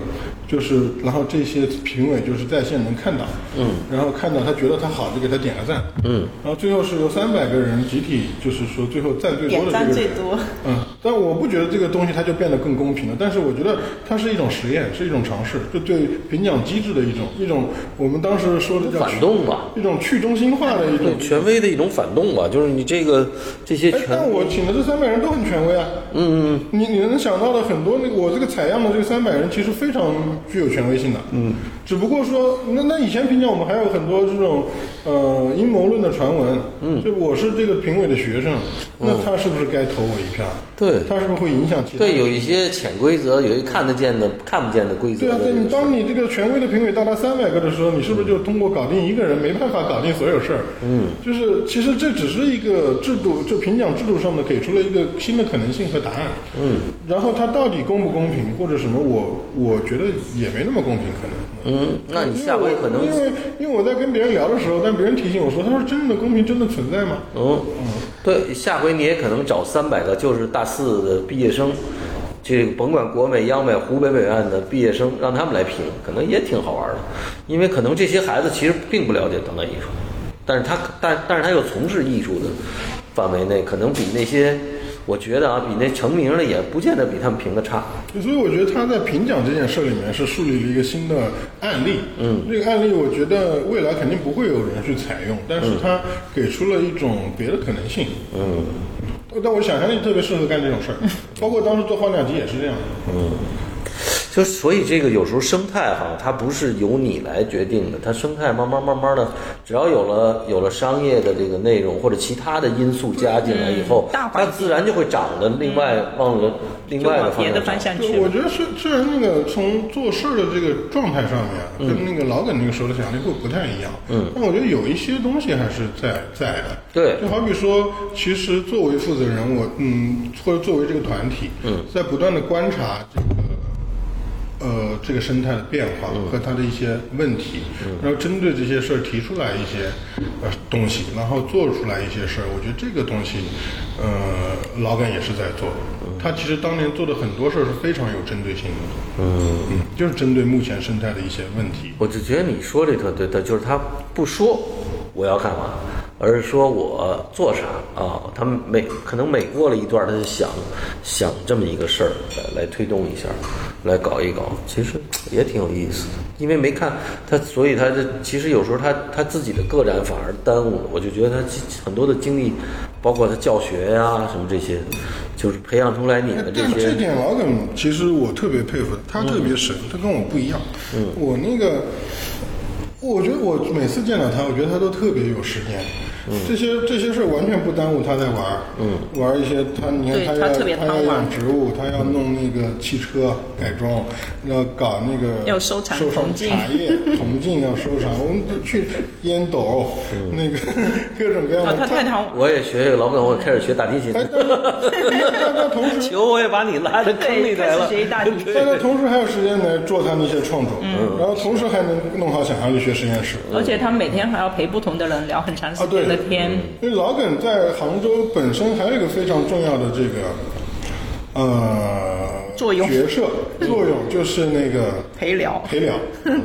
就是然后这些评委就是在线能看到，嗯，然后看到他觉得他好就给他点个赞，嗯，然后最后是由三百个人集体就是说最后赞最多的这个人，点赞最多嗯，但我不觉得这个东西它就变得更公平了，但是我觉得它是一种实验，是一种尝试，就对评奖机制的一种一种我们当时说的叫反动吧，一种去中心化的一种对啊权威的一种反动吧，就是你这个这些哎，权但我请的这三百人都很权威啊。嗯嗯。你你能想到的很多，那个我这个采样的这三百人其实非常具有权威性的。嗯。只不过说，那那以前评奖我们还有很多这种呃阴谋论的传闻。嗯。就我是这个评委的学生，那他是不是该投我一票？嗯对他是不是会影响其他？对有一些潜规则，有一看得见的、看不见的规则对啊，对这个你当你这个权威的评委到达三百个的时候，你是不是就通过搞定一个人没办法搞定所有事儿？嗯，就是其实这只是一个制度，就评奖制度上的给出了一个新的可能性和答案。嗯，然后它到底公不公平或者什么，我我觉得也没那么公平，可能。嗯，那你下回可能因为因为我在跟别人聊的时候，但别人提醒我说，他说真正的公平真的存在吗？嗯，对，下回你也可能找三百个就是大四的毕业生，这个甭管国美、央美、湖北美院的毕业生，让他们来评，可能也挺好玩的，因为可能这些孩子其实并不了解当代艺术，但是他但但是他又从事艺术的范围内，可能比那些我觉得啊，比那成名的也不见得比他们评的差。所以我觉得他在评奖这件事里面是树立了一个新的案例。嗯，这个案例我觉得未来肯定不会有人去采用，但是他给出了一种别的可能性。嗯， 但我想象力特别适合干这种事儿，包括当时做花鸟集也是这样。就就所以这个有时候生态哈、它不是由你来决定的，它生态慢慢慢慢的，只要有了有了商业的这个内容或者其他的因素加进来以后，嗯大环它境嗯自然就会长得另外往了另就外往的别的方方向长。向去对，我了。觉得是虽然那个从做事的这个状态上面，跟那个老耿那个时候的想象力会不太一样。嗯，但我觉得有一些东西还是在在的。对就好比说，其实作为负责人，我嗯，或者作为这个团体，嗯，在不断的观察这个。呃，这个生态的变化和它的一些问题，然后针对这些事儿提出来一些呃东西，然后做出来一些事儿，我觉得这个东西，呃，老耿也是在做。他其实当年做的很多事儿是非常有针对性的，嗯，就是针对目前生态的一些问题。我就觉得你说这特对的，就是他不说我要干嘛，而是说我做啥啊？他每可能每过了一段，他就想想这么一个事儿来来推动一下，来搞一搞，其实也挺有意思的。因为没看他，所以他这其实有时候他他自己的个展反而耽误了。我就觉得他其很多的精力，包括他教学呀、什么这些，就是培养出来你的呃这但这些。点老耿其实我特别佩服他，特别神，他跟我不一样。嗯我那个，我觉得我每次见到他，我觉得他都特别有时间。嗯这些这些事儿完全不耽误他在玩儿，玩一些他你看对他他要特别他贪要玩养植物，他要弄那个汽车改装，要搞那个要收藏收藏铜镜茶叶铜镜要收藏，我们都去烟斗嗯那个 各种各样哦，的。他太贪我也学这个老梗，我也开始学大提琴。哎，但是但他同时球我也把你拉到坑里来了。对开始学嗯一大提琴但他同时还有时间来做他那些创作，然后同时还能弄好想象力学实验室。而且他每天还要陪不同的人聊很长时啊对间的天。因为老耿在杭州本身还有一个非常重要的这个呃作用角 色作用，就是那个陪聊，陪聊，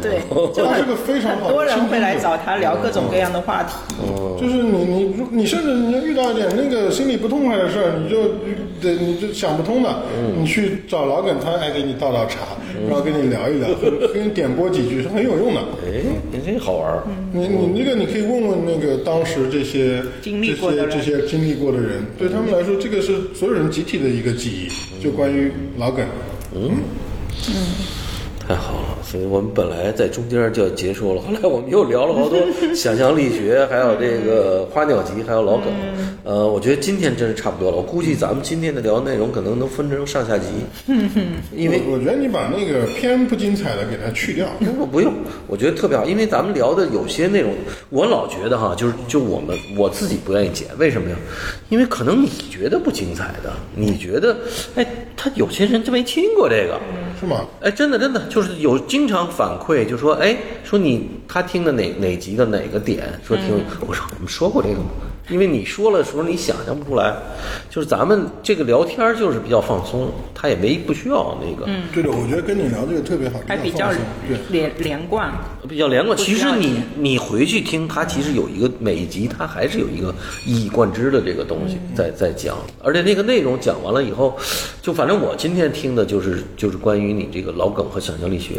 对，就他是很个非常很好多的倾人听会来者找他聊各种各样的话题。就是你你如你甚至你要遇到一点那个心里不痛快的事儿，你就得你就想不通的，嗯你去找老耿，他来给你倒倒茶，然后跟你聊一 聊，或者给你点拨几句是很有用的。哎，你这好玩儿。你你这个你可以问问那个当时这些经历过的人这些这些经历过的人，对他们来说，这个是所有人集体的一个记忆，就关于老梗。太好了，所以我们本来在中间就要结束了， 后来我们又聊了好多想象力学，还有这个花鸟集，还有老梗。呃，我觉得今天真是差不多了，我估计咱们今天的聊内容可能能分成上下集，因为我我觉得你把那个偏不精彩的给它去 掉，我不用，我觉得特别好，因为咱们聊的有些内容，我老觉得哈，就是就我们我自己不愿意剪，为什么呀？因为可能你觉得不精彩的，你觉得，哎，他有些人就没听过这个，是吗？哎，真的真的，就是有经常反馈，就说哎，说你他听的哪哪集的哪个点，说听，我说我们说过这个吗？因为你说了时候你想象不出来，就是咱们这个聊天儿就是比较放松，他也没不需要那个，对的，我觉得跟你聊这个特别好，还比较放松对。连连贯，比较连贯。不其需实要你剪你回去听，它其实有一个每一集，它还是有一个一以贯之的这个东西嗯在在讲，而且那个内容讲完了以后，就反正我今天听的就是就是关于你这个老梗和想象力学，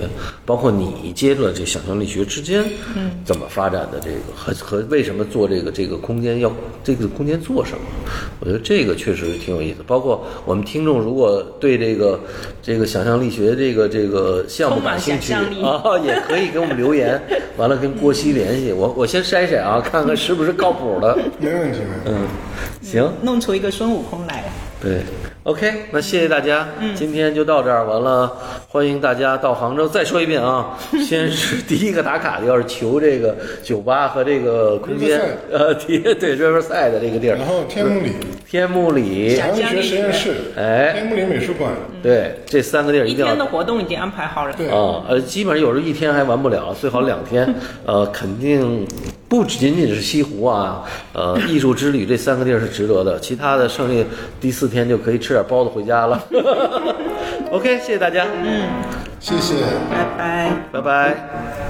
包括你接了这想象力学之间，嗯怎么发展的这个和和为什么做这个这个空间要这个空间做什么，我觉得这个确实挺有意思。包括我们听众如果对这个这个想象力学这个这个项目充满感兴趣想象力啊。哦，也可以给我们留言，完了跟郭熙联系。我我先筛筛啊，看看是不是靠谱的。没问题，没问题。嗯，行，弄出一个孙悟空来。对，OK，那谢谢大家，嗯今天就到这儿。完了，欢迎大家到杭州。再说一遍啊，先是第一个打卡的，要是求这个酒吧和这个空间 Riverside，呃，对对，Riverside 的这个地儿嗯然，后天目里天目里，想象力学实验室，哎天目里美术馆，对，这三个地儿一一定要天的活动已经安排好了，对 啊，呃，基本上有时候一天还完不了，最好两天。呃，肯定不仅仅是西湖啊，呃，艺术之旅这三个地儿是值得的，其他的剩下第四天就可以吃点包子回家了。OK，谢谢大家，谢谢。嗯拜拜。拜拜。